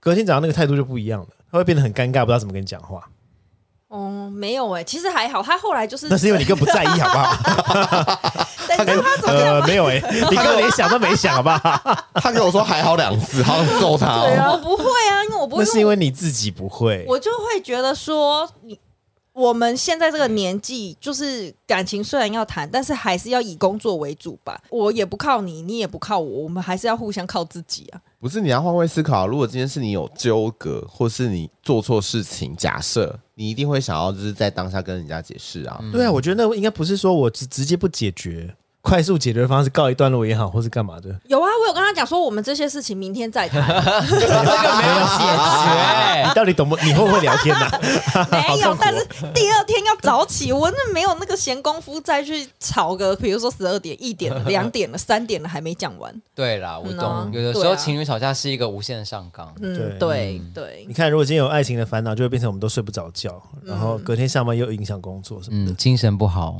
[SPEAKER 3] 隔天早上那个态度就不一样了，他会变得很尴尬，不知道怎么跟你讲 话。
[SPEAKER 4] 哦，没有哎、其实还好，他后来就 是，
[SPEAKER 3] 那是因为你更不在意，好不好？
[SPEAKER 4] 等到他 怎么样
[SPEAKER 3] 呃，没有哎、你根本连想都没想，好不好？
[SPEAKER 2] 他跟我说还好两次，好想揍他
[SPEAKER 4] 对
[SPEAKER 2] 哦。
[SPEAKER 4] 啊，我不会啊，因为我不
[SPEAKER 3] 那
[SPEAKER 4] 会，
[SPEAKER 3] 是因为你自己不会。
[SPEAKER 4] 我就会觉得说，你我们现在这个年纪，就是感情虽然要谈，但是还是要以工作为主吧。我也不靠你，你也不靠我，我们还是要互相靠自己啊。
[SPEAKER 2] 不是你要换位思考，如果今天是你有纠葛，或是你做错事情，假设你一定会想要就是在当下跟人家解释啊。
[SPEAKER 3] 嗯对啊，我觉得那应该不是说我直直接不解决，快速解决方式告一段落也好，或是干嘛的，
[SPEAKER 4] 有啊，我有跟他讲说，我们这些事情明天再谈，
[SPEAKER 1] 这个没有
[SPEAKER 3] 啊
[SPEAKER 1] 解决。
[SPEAKER 3] 你到底懂不？你会不会聊天呐、啊好
[SPEAKER 4] 没
[SPEAKER 3] 痛
[SPEAKER 4] 有
[SPEAKER 3] 苦。
[SPEAKER 4] 但是第二天要早起，我那没有那个闲工夫再去吵个，比如说十二点、一点了、两点了、三点了还没讲完。
[SPEAKER 1] 对啦，我
[SPEAKER 4] 嗯啊
[SPEAKER 1] 懂。有的时
[SPEAKER 4] 对
[SPEAKER 1] 候
[SPEAKER 4] 啊
[SPEAKER 1] 情侣吵架是一个无限的上纲。
[SPEAKER 4] 嗯，
[SPEAKER 3] 对
[SPEAKER 4] 对对
[SPEAKER 3] 你，看，如果今天有爱情的烦恼，就会变成我们都睡不着觉，然后隔天上班又影响工作什么的。
[SPEAKER 1] 嗯，精神不好。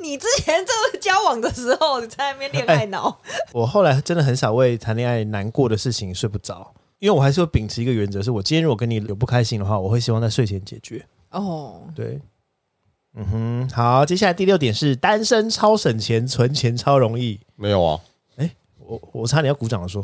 [SPEAKER 4] 你之前就是交往的时候，你在那边恋爱脑，
[SPEAKER 3] 我后来真的很少为谈恋爱难过的事情睡不着，因为我还是会秉持一个原则，是我今天如果跟你有不开心的话，我会希望在睡前解决。
[SPEAKER 4] 哦，
[SPEAKER 3] 对，嗯哼，好，接下来第六点是单身超省钱，存钱超容易。
[SPEAKER 2] 没有 啊？
[SPEAKER 3] 我我差点要鼓掌了，说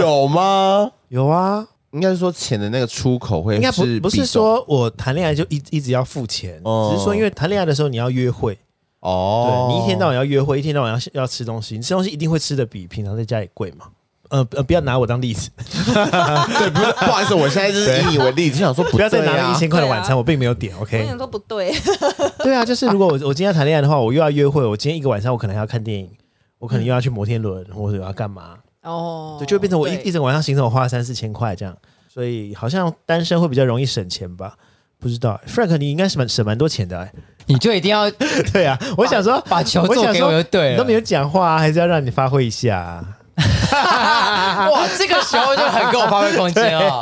[SPEAKER 2] 有吗？
[SPEAKER 3] 有啊，
[SPEAKER 2] 应该是说钱的那个出口会
[SPEAKER 3] 应该不不
[SPEAKER 2] 必
[SPEAKER 3] 是
[SPEAKER 2] 走
[SPEAKER 3] 说我谈恋爱就一一直要付钱，
[SPEAKER 2] 哦
[SPEAKER 3] 只是说因为谈恋爱的时候你要约会，
[SPEAKER 2] 哦，
[SPEAKER 3] 对你一天到晚要约会，一天到晚要要吃东西，你吃东西一定会吃的比平常在家里贵嘛。呃呃，不要拿我当例子，
[SPEAKER 2] 对，不是 不好意思，我现在就是以你为例子，就想说不
[SPEAKER 3] 不要再
[SPEAKER 2] 对
[SPEAKER 3] 拿
[SPEAKER 2] 啊
[SPEAKER 3] 了一千块的晚餐，
[SPEAKER 4] 对啊
[SPEAKER 3] 我并没有点
[SPEAKER 4] 我
[SPEAKER 3] ，OK？
[SPEAKER 4] 想说不对，
[SPEAKER 3] 对啊，就是如果我我今天要谈恋爱的话，我又要约会，我今天一个晚上我可能还要看电影，我可能又要去摩天轮，或者我要干嘛，
[SPEAKER 4] 哦，
[SPEAKER 3] 对，就变成我一
[SPEAKER 4] 对
[SPEAKER 3] 一整晚上行程我花了三四千块这样，所以好像单身会比较容易省钱吧？不知道，Frank，你应该是蛮省蛮多钱的、哎
[SPEAKER 1] 你就一定要
[SPEAKER 3] 对啊，我想说
[SPEAKER 1] 把球
[SPEAKER 3] 我
[SPEAKER 1] 做
[SPEAKER 3] 想
[SPEAKER 1] 给我
[SPEAKER 3] 说
[SPEAKER 1] 就对
[SPEAKER 3] 你都
[SPEAKER 1] 了
[SPEAKER 3] 没。有讲话、啊，还是要让你发挥一下、啊。
[SPEAKER 1] 哇，这个时候就很给我发挥空间啊！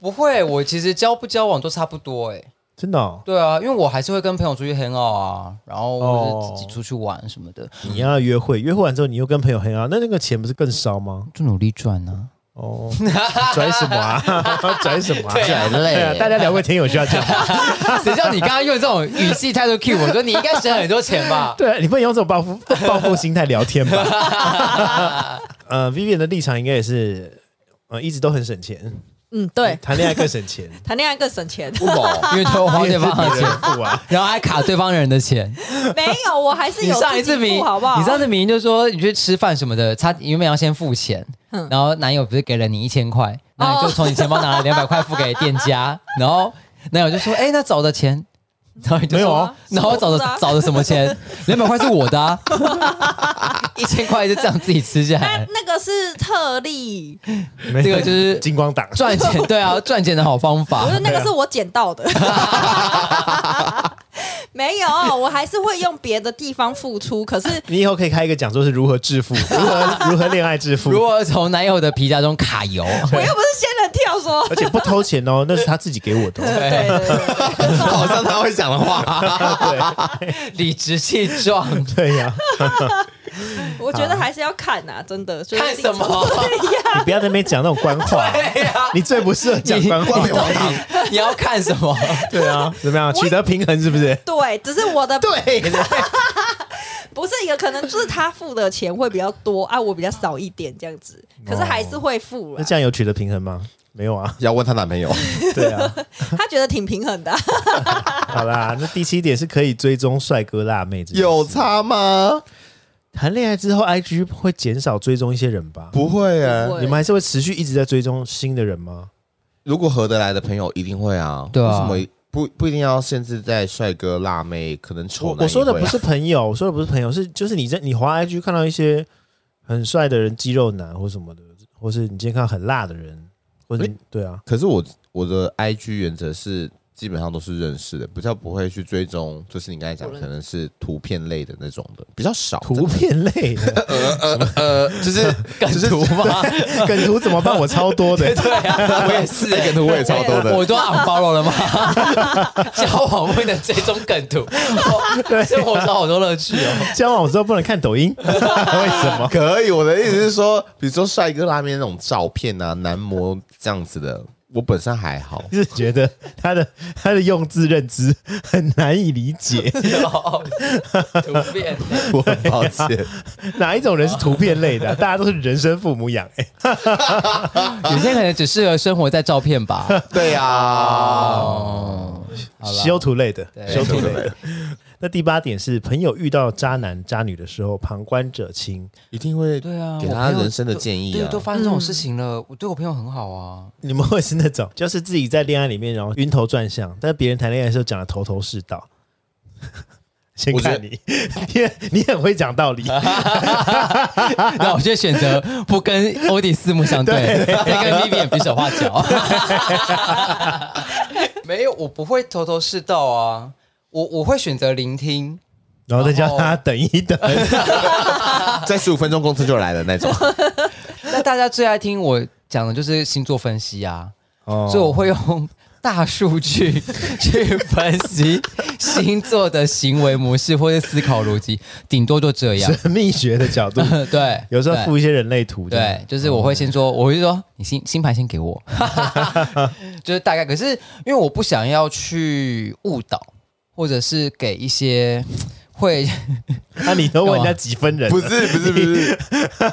[SPEAKER 1] 不会，我其实交不交往都差不多哎、
[SPEAKER 3] 真的、哦，
[SPEAKER 1] 对啊，因为我还是会跟朋友出去 hang out 啊，然后或
[SPEAKER 3] 哦
[SPEAKER 1] 者自己出去玩什么的，
[SPEAKER 3] 你要约会，约会完之后你又跟朋友很好，那那个钱不是更烧吗？
[SPEAKER 1] 就努力赚啊。
[SPEAKER 3] 哦，拽什么啊？ 拽什么、啊？
[SPEAKER 1] 对啊
[SPEAKER 3] 对啊，大家聊会挺有需要 讲。
[SPEAKER 1] 谁叫你刚刚用这种语气态度 cue 我说你应该省很多钱吧？
[SPEAKER 3] 对啊，你不能用这种报复报复心态聊天吧？ 呃，Vivian 的立场应该也是，呃，一直都很省钱，
[SPEAKER 4] 嗯，对，
[SPEAKER 3] 谈恋爱更 省钱，
[SPEAKER 4] 谈恋爱更省钱。
[SPEAKER 2] 不懂，
[SPEAKER 1] 因为偷花
[SPEAKER 3] 你也
[SPEAKER 1] 哦对
[SPEAKER 3] 是
[SPEAKER 1] 方的
[SPEAKER 3] 别
[SPEAKER 1] 钱
[SPEAKER 3] 人，付啊。
[SPEAKER 1] 然后还卡对方人的钱。
[SPEAKER 4] 没有，我还是
[SPEAKER 1] 你
[SPEAKER 4] 有
[SPEAKER 1] 上一
[SPEAKER 4] 自
[SPEAKER 1] 次
[SPEAKER 4] 己
[SPEAKER 1] 明
[SPEAKER 4] 付好不好？
[SPEAKER 1] 你上次明就说你去吃饭什么的，他原本要先付钱，
[SPEAKER 4] 嗯
[SPEAKER 1] 然后男友不是给了你一千
[SPEAKER 4] 哦
[SPEAKER 1] 块，那你就从你钱包拿了两百块付给店 家，然后男友就说：“哎、那找的钱。” 然后你就
[SPEAKER 3] 没有
[SPEAKER 1] 说
[SPEAKER 3] 啊
[SPEAKER 1] 然后找
[SPEAKER 4] 是我
[SPEAKER 1] 的
[SPEAKER 4] 的
[SPEAKER 1] 找的什么钱？两百块是我的啊， 一千块就这样自己吃下
[SPEAKER 4] 那
[SPEAKER 1] 来，
[SPEAKER 4] 那个是特例，
[SPEAKER 3] 没
[SPEAKER 1] 这个就是
[SPEAKER 3] 金光党，
[SPEAKER 1] 赚钱对啊，赚钱的好方法
[SPEAKER 4] 我说。那个是我捡到的，没有，我还是会用别的地方付出。可是
[SPEAKER 3] 你以后可以开一个讲座，是如何致富，如何如何恋爱致
[SPEAKER 1] 如
[SPEAKER 3] 富，
[SPEAKER 1] 果从男友的皮夹中卡油，
[SPEAKER 4] 我又不是仙人跳说，
[SPEAKER 3] 而且不偷钱哦，那是他自己给我的 哦。
[SPEAKER 4] 对 对对对，
[SPEAKER 2] 好像他会讲的话，
[SPEAKER 1] 理直气壮，
[SPEAKER 3] 对呀、
[SPEAKER 4] 我觉得还是要看呐、真的。就是
[SPEAKER 1] 看什么？
[SPEAKER 3] 你不要在那边讲那种官 话，你最不适合讲官话。
[SPEAKER 1] 你要看什么？
[SPEAKER 3] 对啊，怎么样取得平衡是不是？
[SPEAKER 4] 对，只是我的
[SPEAKER 3] 对的，
[SPEAKER 4] 不是有可能就是他付的钱会比较多啊，我比较少一点这样子，可是还是会付
[SPEAKER 3] 那
[SPEAKER 4] 啦。
[SPEAKER 3] 这样有取得平衡吗？没有啊，
[SPEAKER 2] 要问她男朋友。
[SPEAKER 3] 对啊。
[SPEAKER 4] 他觉得挺平衡的啊、
[SPEAKER 3] 好啦，那第七点是可以追踪帅哥辣妹这件事，
[SPEAKER 2] 有差吗？
[SPEAKER 3] 谈恋爱之后，IG 会减少追踪一些人吧？
[SPEAKER 2] 不会啊
[SPEAKER 4] 不，会
[SPEAKER 3] 你们还是会持续一直在追踪新的人吗？
[SPEAKER 2] 如果合得来的朋友一定会啊。
[SPEAKER 1] 对啊
[SPEAKER 2] 为什么不不一定要限制在帅哥辣妹？可能丑
[SPEAKER 3] 我
[SPEAKER 2] 男
[SPEAKER 3] 我说的
[SPEAKER 2] 也会
[SPEAKER 3] 不
[SPEAKER 2] 啊
[SPEAKER 3] 是朋友，我说的不是朋友，是就是你在你滑 IG 看到一些很帅的人，肌肉男或什么的，或是你今天看到很辣的人，或者你对啊，
[SPEAKER 2] 可是我我的 IG 原则是基本上都是认识的，比较不会去追踪，就是你刚才讲
[SPEAKER 4] 不
[SPEAKER 2] 的
[SPEAKER 4] 认
[SPEAKER 2] 可能是图片类的那种哦的，比较少。
[SPEAKER 3] 图片类的
[SPEAKER 2] 呃，就是
[SPEAKER 1] 梗图吗？
[SPEAKER 3] 梗图怎么办？我超多的，
[SPEAKER 1] 对啊，我也是欸。
[SPEAKER 2] 梗图我也超多的，
[SPEAKER 1] 我都 unfollow 了吗？ 交往不能追踪梗图，
[SPEAKER 3] 对
[SPEAKER 1] 生活上好多乐趣哦。
[SPEAKER 3] 交往之后不能看抖音，为什么？
[SPEAKER 2] 可以。我的意思是说，比如说帅哥拉面那种照片啊，男模这样子的，我本身还好。
[SPEAKER 3] 就是觉得他的他的用字认知很难以理解，
[SPEAKER 1] 图片
[SPEAKER 2] 我很抱歉，
[SPEAKER 3] 哪一种人是图片类的啊、大家都是人生父母养、欸，
[SPEAKER 1] 有些可能只适合生活在照片吧。
[SPEAKER 2] 对啊呀、
[SPEAKER 1] 哦，好啦
[SPEAKER 3] 修图类的，
[SPEAKER 1] 对
[SPEAKER 3] 修图类的。那第八点是，朋友遇到渣男渣女的时候，旁观者清。
[SPEAKER 2] 一定会
[SPEAKER 1] 对啊，
[SPEAKER 2] 给
[SPEAKER 1] 我
[SPEAKER 2] 他
[SPEAKER 1] 朋友
[SPEAKER 2] 人生的建议
[SPEAKER 1] 对，
[SPEAKER 2] 啊
[SPEAKER 1] 都。 发生这种事情了，我对我朋友很好啊。
[SPEAKER 3] 你们会是那种，就是自己在恋爱里面，然后晕头转向，但是别人谈恋爱的时候讲的头头是道。先
[SPEAKER 2] 我觉得
[SPEAKER 3] 看你， 因为你很会讲道理。
[SPEAKER 1] 啊那我就选择不跟欧弟四目相对，再跟 Vivian 比手画脚。 没有，我不会头头是道啊，我我会选择聆听。
[SPEAKER 3] 然后再叫他等一等，
[SPEAKER 2] 在十五分钟公司就来了那 种。
[SPEAKER 1] 那大家最爱听我讲的就是星座分析啊，
[SPEAKER 3] 哦
[SPEAKER 1] 所以我会用大数据 去分析星座的行为模式或者思考逻辑，顶多就这样。
[SPEAKER 3] 神秘学的角度，
[SPEAKER 1] 对，
[SPEAKER 3] 有时候
[SPEAKER 1] 对
[SPEAKER 3] 附一些人类图这样。
[SPEAKER 1] 对，就是我会先
[SPEAKER 2] 哦
[SPEAKER 1] 说，我会说你星星盘先给 我， 就是大概。可是因为我不想要去误导，或者是给一些 会
[SPEAKER 3] 那你都问人家几分人了？
[SPEAKER 2] 不是不是不是，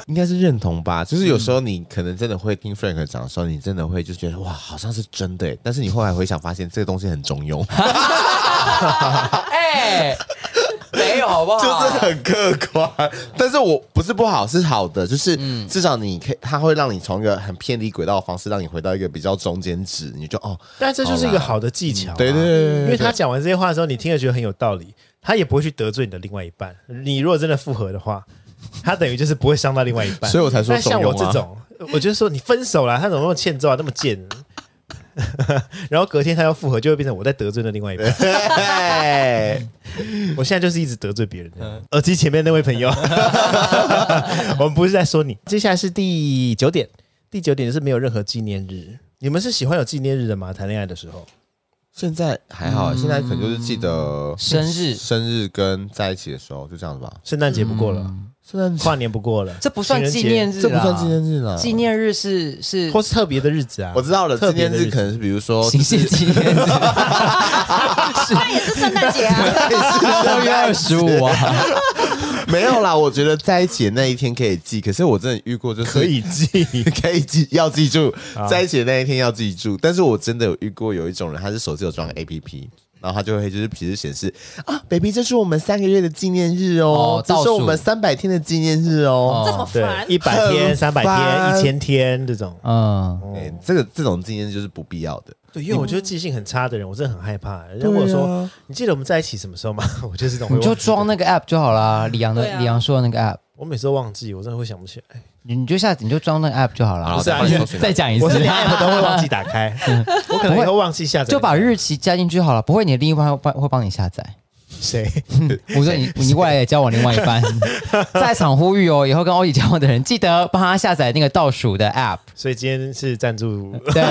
[SPEAKER 2] 应该是认同吧。就是有时候你可能真的会听 Frank 讲的时候，你真的会就觉得哇，好像是真的耶。欸但是你后来回想发现，这个东西很中 庸，
[SPEAKER 1] 哎、没有好不好？
[SPEAKER 2] 就是很客观。但是我不是不好，是好的，就是至少你可以，它会让你从一个很偏离轨道的方式，让你回到一个比较中间值，你就哦，
[SPEAKER 3] 但这就是一个好的技巧啊、
[SPEAKER 2] 嗯对对对对
[SPEAKER 3] 因为他
[SPEAKER 2] 对
[SPEAKER 3] 讲完这些话的时候，你听了觉得很有道理，他也不会去得罪你的另外一半。你如果真的复合的话，他等于就是不会伤到另外一半。
[SPEAKER 2] 所以我才说
[SPEAKER 3] 但像我
[SPEAKER 2] 中庸
[SPEAKER 3] 这
[SPEAKER 2] 啊
[SPEAKER 3] 种，我就说你分手了，他怎么那么欠揍啊，那么贱。 然后隔天他要复合，就会变成我在得罪的另外一半。
[SPEAKER 2] 对。
[SPEAKER 3] 我现在就是一直得罪别人。耳机前面那位朋友， 我们不是在说你。接下来是第九点，第九点是没有任何纪念日。你们是喜欢有纪念日的吗？谈恋爱的时候？
[SPEAKER 2] 现在还好，现在可能就是记得
[SPEAKER 1] 嗯生日
[SPEAKER 2] 生日跟在一起的时候，就这样子吧。
[SPEAKER 3] 圣诞节不过了，
[SPEAKER 2] 圣诞
[SPEAKER 3] 跨年不过了，
[SPEAKER 1] 嗯这不算纪念
[SPEAKER 3] 日，
[SPEAKER 1] 日，
[SPEAKER 2] 这不算纪念。日啊了，
[SPEAKER 1] 纪念日是嗯是
[SPEAKER 3] 或是特别的日子啊。
[SPEAKER 2] 我知道了，纪
[SPEAKER 3] 特别
[SPEAKER 2] 念
[SPEAKER 3] 的
[SPEAKER 2] 日
[SPEAKER 3] 子
[SPEAKER 2] 可能是比如说
[SPEAKER 1] 行宪纪念日，
[SPEAKER 4] 那也是圣诞节啊。
[SPEAKER 1] 二月二十五啊，
[SPEAKER 2] 没有啦，我觉得在一起的那一天可以记，可是我真的遇过，就是
[SPEAKER 3] 可以记，
[SPEAKER 2] 可以记，要记住
[SPEAKER 1] 啊
[SPEAKER 2] 在一起的那一天要记住。但是我真的有遇过有一种人，他是手机有装 A P P。然后他就会就是提示显示啊，baby，这是我们三个月的纪念日哦
[SPEAKER 1] 哦，
[SPEAKER 2] 这
[SPEAKER 1] 倒
[SPEAKER 2] 是
[SPEAKER 1] 数
[SPEAKER 2] 我们三百天的纪念日哦。
[SPEAKER 4] 这么
[SPEAKER 3] 对
[SPEAKER 4] 烦，
[SPEAKER 3] 一百天、
[SPEAKER 2] 很
[SPEAKER 3] 三百
[SPEAKER 2] 烦
[SPEAKER 3] 天、一千天这种。
[SPEAKER 1] 嗯，
[SPEAKER 2] 哎这个这种纪念日就是不必要的。
[SPEAKER 3] 对，因为我觉得记性很差的人，我真的很害怕。人家问我说：“你记得我们在一起什么时候吗？” 我就是这种会
[SPEAKER 1] 你
[SPEAKER 3] 忘记
[SPEAKER 1] 就
[SPEAKER 3] 的，
[SPEAKER 1] 装那个 app 就好啦。李阳
[SPEAKER 4] 对
[SPEAKER 1] 的
[SPEAKER 4] 啊
[SPEAKER 1] 李阳说的那个 app，
[SPEAKER 3] 我每次都忘记，我真的会想不起来。
[SPEAKER 1] 你你就下次你就装那个 app 就好
[SPEAKER 2] 好
[SPEAKER 1] 啦。
[SPEAKER 2] 不 是啊
[SPEAKER 1] 再
[SPEAKER 2] 因为
[SPEAKER 1] 再讲一次，
[SPEAKER 3] 我是连 app 都会忘记打开，我可能以后忘记下载。
[SPEAKER 1] 就把日期加进去好了，不会你的另一半会帮会帮你下载。
[SPEAKER 3] 谁？
[SPEAKER 1] 我说你你未来也交往另外一 半，在场呼吁哦，以后跟欧弟交往的人记得帮他下载那个倒数的 app。
[SPEAKER 3] 所以今天是赞助。
[SPEAKER 1] 对，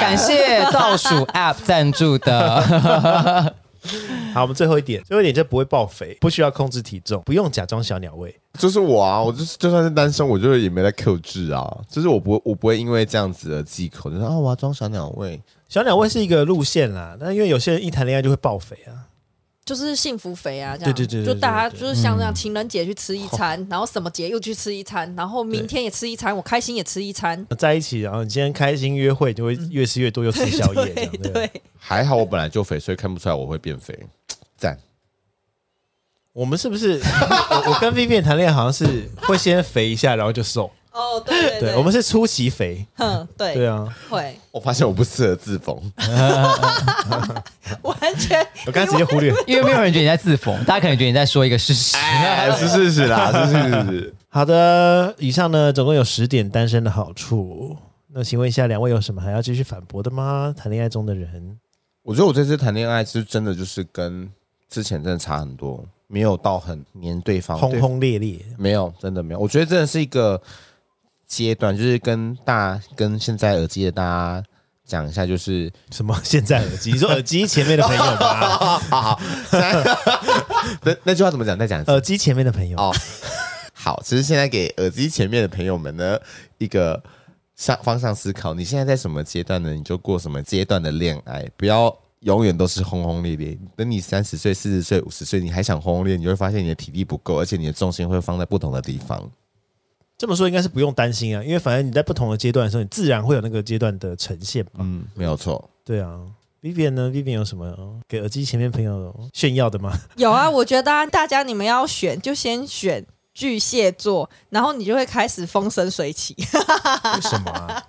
[SPEAKER 1] 感谢倒数 app 赞助的。
[SPEAKER 3] 好，我们最后一点，最后一点就不会爆肥，不需要控制体重，不用假装小鸟胃。
[SPEAKER 2] 就是我啊，我就是就算是单身，我就是也没在克制啊。就是我不会，我不会因为这样子的忌口，就是啊，我要装小鸟胃。
[SPEAKER 3] 小鸟胃是一个路线啦，但因为有些人一谈恋爱就会爆肥啊。
[SPEAKER 4] 就是幸福肥啊，这样
[SPEAKER 3] 对对对对嗯
[SPEAKER 4] 就大家就是像这样情人节去吃一餐，然后什么节又去吃一餐，然后明天也吃一餐，我开心也吃一餐，
[SPEAKER 3] 在一起，然后你今天开心约会，就会越吃越多，又吃 宵夜这
[SPEAKER 4] 对
[SPEAKER 3] 样。对不对，
[SPEAKER 4] 对，
[SPEAKER 2] 还好我本来就肥，所以看不出来我会变肥。赞，
[SPEAKER 3] 我们是不是？ 我我跟 Vivian 谈恋爱好像是会先肥一下，然后就瘦。
[SPEAKER 4] 哦对对
[SPEAKER 3] 对，我们是初期肥。
[SPEAKER 4] 嗯
[SPEAKER 3] 对
[SPEAKER 4] 对
[SPEAKER 3] 啊，
[SPEAKER 4] 会
[SPEAKER 2] 我发现我不适合自缝，
[SPEAKER 4] 完全
[SPEAKER 3] 我刚才直接忽略。
[SPEAKER 1] 因为没有人觉得你在自讽，大家可能觉得你在说一个事实。
[SPEAKER 2] 哎， 是是是啦，是是是是。
[SPEAKER 3] 好的，以上呢总共有十点单身的好处。那请问一下，两位有什么还要继续反驳的吗？谈恋爱中的人，
[SPEAKER 2] 我觉得我这次谈恋爱是真的就是跟之前真的差很多，没有到很黏对方，
[SPEAKER 3] 轰
[SPEAKER 2] 对
[SPEAKER 3] 轰烈烈，
[SPEAKER 2] 没有，真的没有。我觉得真的是一个阶段，就是跟大跟现在耳机的大家讲一下，就是
[SPEAKER 3] 什么现在 耳机？你说耳机前面的朋友吗？
[SPEAKER 2] 那那句话怎么讲？再讲一次。
[SPEAKER 3] 耳机前面的朋友，
[SPEAKER 2] 哦，好，其实现在给耳机前面的朋友们呢一个向方向思考，你现在在什么阶段呢？你就过什么阶段的恋爱，不要永远都是轰轰烈烈。等你三十岁、四十岁、五十岁，你还想轰轰烈，烈，你会发现你的体力不够，而且你的重心会放在不同的地方。
[SPEAKER 3] 这么说应该是不用担心啊，因为反正你在不同的阶段的时候，你自然会有那个阶段的呈现嘛。
[SPEAKER 2] 嗯，没有错。
[SPEAKER 3] 对啊，Vivian 呢？Vivian 有什么给耳机前面朋友炫耀的 吗？
[SPEAKER 4] 有啊，我觉得啊大家你们要选就先选巨蟹座，然后你就会开始风生水 起。
[SPEAKER 3] 为什么、啊？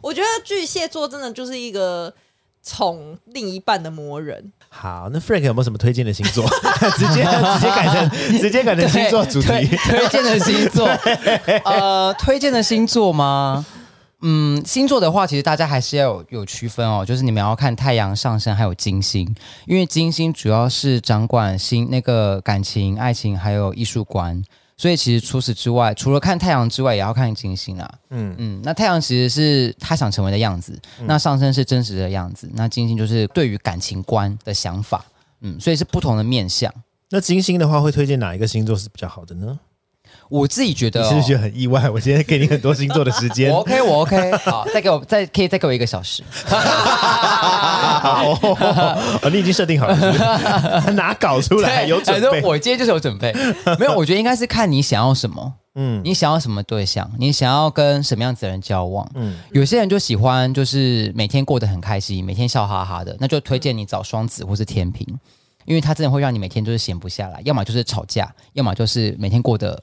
[SPEAKER 4] 我觉得巨蟹座真的就是一个宠另一半的魔人，
[SPEAKER 3] 好，那 Frank 有没有什么推荐的星 座？直接直接改成直接改成星座主
[SPEAKER 1] 对
[SPEAKER 3] 题。
[SPEAKER 1] 推荐的星 座，呃，推荐的星座吗？嗯，星座的话，其实大家还是要有有区分哦，就是你们要看太阳上升还有金星，因为金星主要是掌管心那个感情、爱情还有艺术观，所以其实除此之外，除了看太阳之外，也要看金星啊。
[SPEAKER 3] 嗯，
[SPEAKER 1] 嗯，那太阳其实是他想成为的样子，那上升是真实的样子，那金星就是对于感情观的想法，嗯，所以是不同的面相。
[SPEAKER 3] 那金星的话，会推荐哪一个星座是比较好的呢？
[SPEAKER 1] 我自己觉得、
[SPEAKER 3] 你
[SPEAKER 1] 哦，
[SPEAKER 3] 是不是觉得很意外？我今天给你很多星座的时间
[SPEAKER 1] 我。OK，我 OK，好，再给我再可以再给我一个小时。
[SPEAKER 3] 好、哦，你已经设定好了 是不是，拿稿出来有准备
[SPEAKER 1] 反。哎正我今天就是有准备，没有，我觉得应该是看你想要什么。
[SPEAKER 3] 嗯
[SPEAKER 1] 嗯， 你想要什么对象？你想要跟什么样子的人交往？
[SPEAKER 3] 嗯
[SPEAKER 1] 嗯，有些人就喜欢就是每天过得很开心，每天笑哈哈的，那就推荐你找双子或是天平，因为他真的会让你每天就是闲不下来，要么就是吵架，要么就是每天过得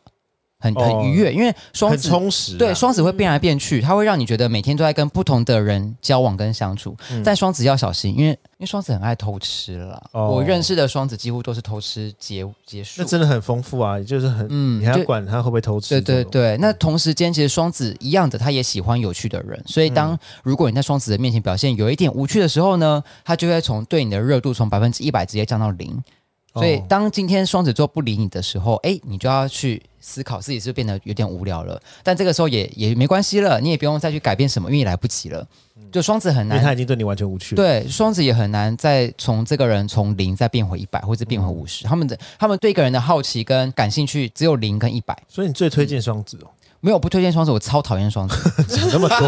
[SPEAKER 1] 很
[SPEAKER 3] 哦
[SPEAKER 1] 很愉悦，因为双
[SPEAKER 3] 很
[SPEAKER 1] 子
[SPEAKER 3] 充实啊、
[SPEAKER 1] 对，双子会变来变去，它会让你觉得每天都在跟不同的人交往跟相处。
[SPEAKER 3] 嗯
[SPEAKER 1] 但双子要小心，因为因为双子很爱偷吃啦。
[SPEAKER 3] 哦
[SPEAKER 1] 我认识的双子几乎都是偷吃结结束
[SPEAKER 3] 那。真的很丰富啊，也就是很，
[SPEAKER 1] 嗯
[SPEAKER 3] 你还要
[SPEAKER 1] 就
[SPEAKER 3] 管他会不会偷
[SPEAKER 1] 对
[SPEAKER 3] 吃？
[SPEAKER 1] 对，对，
[SPEAKER 3] 嗯
[SPEAKER 1] 那同时间其实双子一样的，他也喜欢有趣的人，所以
[SPEAKER 3] 嗯
[SPEAKER 1] 当如果你在双子的面前表现有一点无趣的时候呢，他就会从对你的热度从百分之一百直接降到零。所以
[SPEAKER 3] 哦
[SPEAKER 1] 当今天双子座不理你的时候，哎，你就要去思考自己是不是变得有点无聊了。但这个时候也也没关系了，你也不用再去改变什么，因为也来不及了。就双子很
[SPEAKER 3] 嗯因为他
[SPEAKER 1] 难，
[SPEAKER 3] 已经对你完全无趣了。
[SPEAKER 1] 对双子也很难再从这个人从零再变回一百，或者变
[SPEAKER 3] 嗯
[SPEAKER 1] 回五十、他们的他们对一个人的好奇跟感兴趣只有零跟一百。
[SPEAKER 3] 所以你最推荐双子哦，
[SPEAKER 1] 没有我不推荐双子，我超讨厌双子。
[SPEAKER 3] 讲那 么多，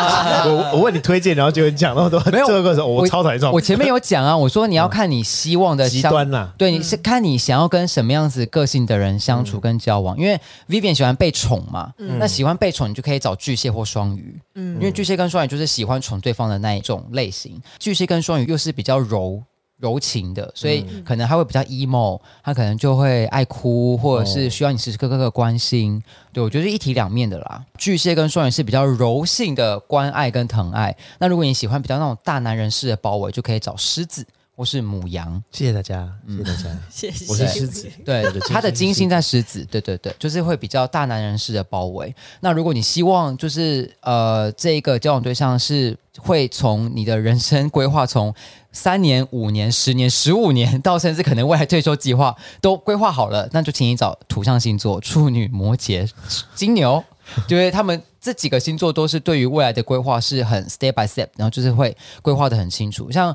[SPEAKER 3] 我我问你推荐，然后结果你讲那么多，
[SPEAKER 1] 没有
[SPEAKER 3] 这个时候我
[SPEAKER 1] 我
[SPEAKER 3] 超讨厌这种
[SPEAKER 1] 我前面有讲啊，我说你要看你希望的
[SPEAKER 3] 极
[SPEAKER 1] 相
[SPEAKER 3] 端啦。
[SPEAKER 1] 对，你是看你想要跟什么样子个性的人相处跟交往，因为 Vivian 喜欢被宠嘛，那喜欢被宠，你就可以找巨蟹或双鱼，
[SPEAKER 4] 嗯
[SPEAKER 1] 因为巨蟹跟双鱼就是喜欢宠对方的那一种类型，巨蟹跟双鱼又是比较柔。柔情的，所以可能他会比较 emo，他可能就会爱哭，或者是需要你时时刻刻的关心。对我觉得是一体两面的啦。巨蟹跟双鱼是比较柔性的关爱跟疼爱。那如果你喜欢比较那种大男人式的包围，就可以找狮子或是母羊。
[SPEAKER 3] 谢谢大家，谢谢大家。
[SPEAKER 1] 嗯
[SPEAKER 4] 谢谢。
[SPEAKER 3] 我是狮子，
[SPEAKER 1] 对
[SPEAKER 3] 的，
[SPEAKER 1] 他的金
[SPEAKER 3] 金星
[SPEAKER 1] 星在狮子，对对对，就是会比较大男人式的包围。那如果你希望就是呃，这个交往对象是会从你的人生规划从三年、五年、十年、十五年，到甚至可能未来退休计划都规划好了，那就请你找土象星座处女、摩羯、金牛，就是他们这几个星座都是对于未来的规划是很 step by step，然后就是会规划的很清楚，像。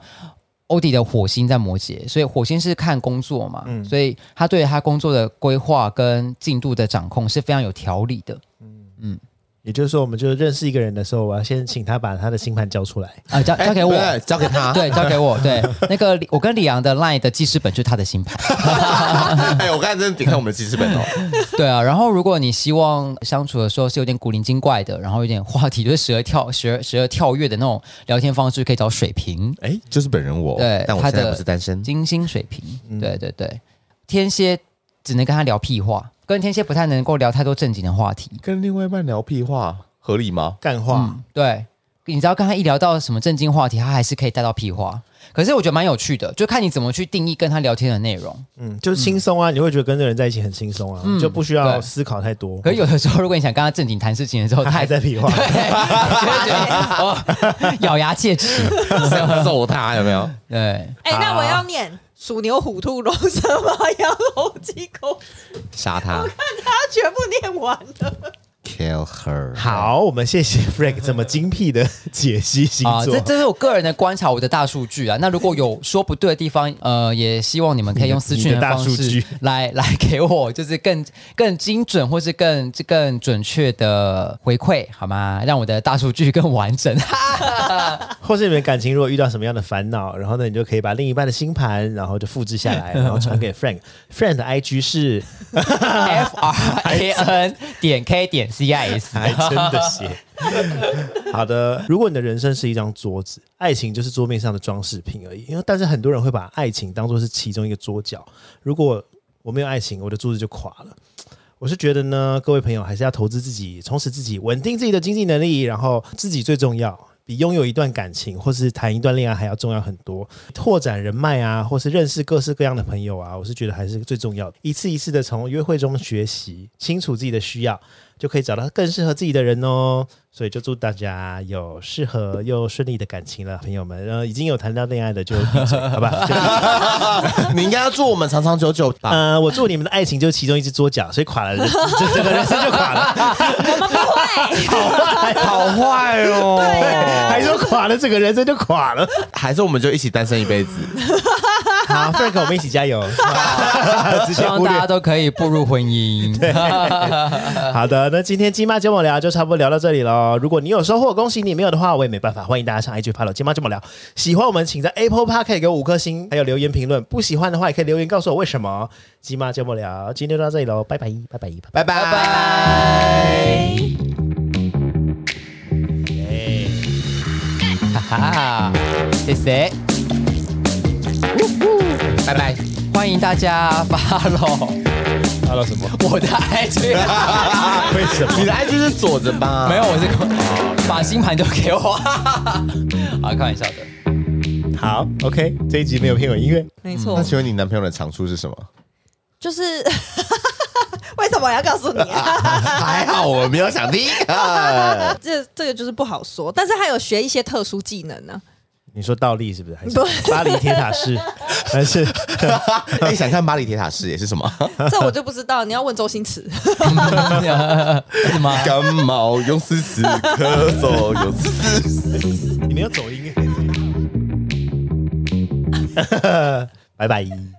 [SPEAKER 1] 欧迪的火星在摩羯，所以火星是看工作嘛，所以他对他工作的规划跟进度的掌控是非常有条理的
[SPEAKER 3] 也就是说，我们就认识一个人的时候，我要先请他把他的星盘交出来。
[SPEAKER 1] 啊、交
[SPEAKER 2] 哎
[SPEAKER 1] 交给我，
[SPEAKER 2] 对交给 他。
[SPEAKER 1] 对，交给我，对，那个李我跟李阳的 LINE 的记事本就是他的星盘，
[SPEAKER 2] 哎，我刚才真的抵抗我们的记事本哦。
[SPEAKER 1] 对啊。然后如果你希望相处的时候是有点古灵精怪的，然后有点话题就是时而跳时而时而跳跃的那种聊天方式，可以找水瓶，
[SPEAKER 2] 哎，就是本人我，
[SPEAKER 1] 对
[SPEAKER 2] 但我
[SPEAKER 1] 他
[SPEAKER 2] 现在
[SPEAKER 1] 的
[SPEAKER 2] 不是单身。
[SPEAKER 1] 金星水瓶，对对对。天蝎只能跟他聊屁话，跟天蝎不太能够聊太多正经的话题。
[SPEAKER 2] 跟另外一半聊屁话合理 吗？
[SPEAKER 3] 干话，
[SPEAKER 1] 对，你知道跟他一聊到什么正经话题，他还是可以带到屁话。可是我觉得蛮有趣的，就看你怎么去定义跟他聊天的内容。
[SPEAKER 3] 嗯，就是轻松啊，你会觉得跟这个人在一起很轻松啊，
[SPEAKER 1] 嗯
[SPEAKER 3] 就不需要
[SPEAKER 1] 对
[SPEAKER 3] 思考太多。
[SPEAKER 1] 可是有的时候，如果你想跟他正经谈事情的时候，
[SPEAKER 3] 他
[SPEAKER 1] 他
[SPEAKER 3] 还
[SPEAKER 1] 还
[SPEAKER 3] 在屁话，
[SPEAKER 1] 对， 就会觉得哦，咬牙切齿。
[SPEAKER 2] 想揍他有没有？
[SPEAKER 1] 对，
[SPEAKER 4] 哎、那我要念鼠牛虎兔龙蛇马羊猴鸡狗，
[SPEAKER 2] 杀他
[SPEAKER 4] 他全部念完了。
[SPEAKER 2] ，kill her。
[SPEAKER 3] 好，我们 谢谢 Frank 这么精辟的解析星
[SPEAKER 1] 啊，
[SPEAKER 3] 座
[SPEAKER 1] 这。这是我个人的观察，我的大数据啊。那如果有说不对的地方，呃，也希望你们可以用私
[SPEAKER 3] 你
[SPEAKER 1] 讯
[SPEAKER 3] 的大
[SPEAKER 1] 方
[SPEAKER 3] 数据
[SPEAKER 1] 式来 来给我，就是更更精准或是更更准确的回馈，好吗？让我的大数据更完整。
[SPEAKER 3] 或是你们感情如果遇到什么样的烦恼，然后呢，你就可以把另一半的星盘，然后就复制下来，然后传给 Frank。Frank 的 IG 是
[SPEAKER 1] F R A N 点 K 点 C I S。
[SPEAKER 3] 还真的写。好的，如果你的人生是一张桌子，爱情就是桌面上的装饰品而已。因为但是很多人会把爱情当做是其中一个桌角，如果我没有爱情，我的桌子就垮了。我是觉得呢，各位朋友还是要投资自己，充实自己，稳定自己的经济能力，然后自己最重要。比拥有一段感情或是谈一段恋爱还要重要很多。拓展人脉啊，或是认识各式各样的朋友啊，我是觉得还是最重要的。一次一次的从约会中学习，清楚自己的需要，就可以找到更适合自己的人哦。所以就祝大家有适合又顺利的感情了，朋友们。呃，已经有谈到恋爱的就闭嘴， 好吧？就
[SPEAKER 2] 你应该要祝我们长长久久 吧。
[SPEAKER 3] 呃，我祝你们的爱情就是其中一只桌角，所以垮了，就就整个人生就垮了，
[SPEAKER 2] 哎好坏哦，
[SPEAKER 3] 还说垮了，整个人生就垮了。
[SPEAKER 2] 还是我们就一起单身一辈子。
[SPEAKER 3] 好，Frank，我们一起加油。直
[SPEAKER 1] 希
[SPEAKER 3] 接
[SPEAKER 1] 望
[SPEAKER 3] 忽
[SPEAKER 1] 大
[SPEAKER 3] 略
[SPEAKER 1] 家。都可以步入婚姻。
[SPEAKER 3] 好的，那今天金妈九某聊就差不多聊到这里喽。如果你有收获，恭喜你；没有的话，我也没办法。欢迎大家上 IG follow 金妈九某聊。喜欢我们，请在 Apple Park 可以给我五颗星，还有留言评论。不喜欢的话，也可以留言告诉我为什么。金妈九某聊，今天就到这里喽，拜拜，拜拜，拜拜。
[SPEAKER 2] 拜拜拜。
[SPEAKER 1] 哈哈，谢谢，拜拜，欢迎大家 follow
[SPEAKER 3] Hello 什么？
[SPEAKER 1] 我的 IG，
[SPEAKER 3] 啊为什么？
[SPEAKER 2] 你的 IG 是左着吧？
[SPEAKER 1] 没有，我是 空把星盘都给我， 好开玩笑 的。
[SPEAKER 3] 好，OK，这一集没有片尾音乐。
[SPEAKER 4] 没错
[SPEAKER 2] 嗯那，请问你男朋友的长处是什么？
[SPEAKER 4] 就是 为什么我要告诉你啊？
[SPEAKER 2] 还好我没有想 听。哎
[SPEAKER 4] 这这个就是不好说，但是他有学一些特殊技能呢、
[SPEAKER 3] 你说倒立是不是？还是
[SPEAKER 4] 不
[SPEAKER 3] 巴黎铁塔 式？还是
[SPEAKER 2] 你想看巴黎铁塔式也是什么？
[SPEAKER 4] 这我就不知道，你要问周星驰。
[SPEAKER 1] 是吗？
[SPEAKER 2] 感冒用丝丝，咳嗽用丝丝。
[SPEAKER 3] 你没有走音？拜拜。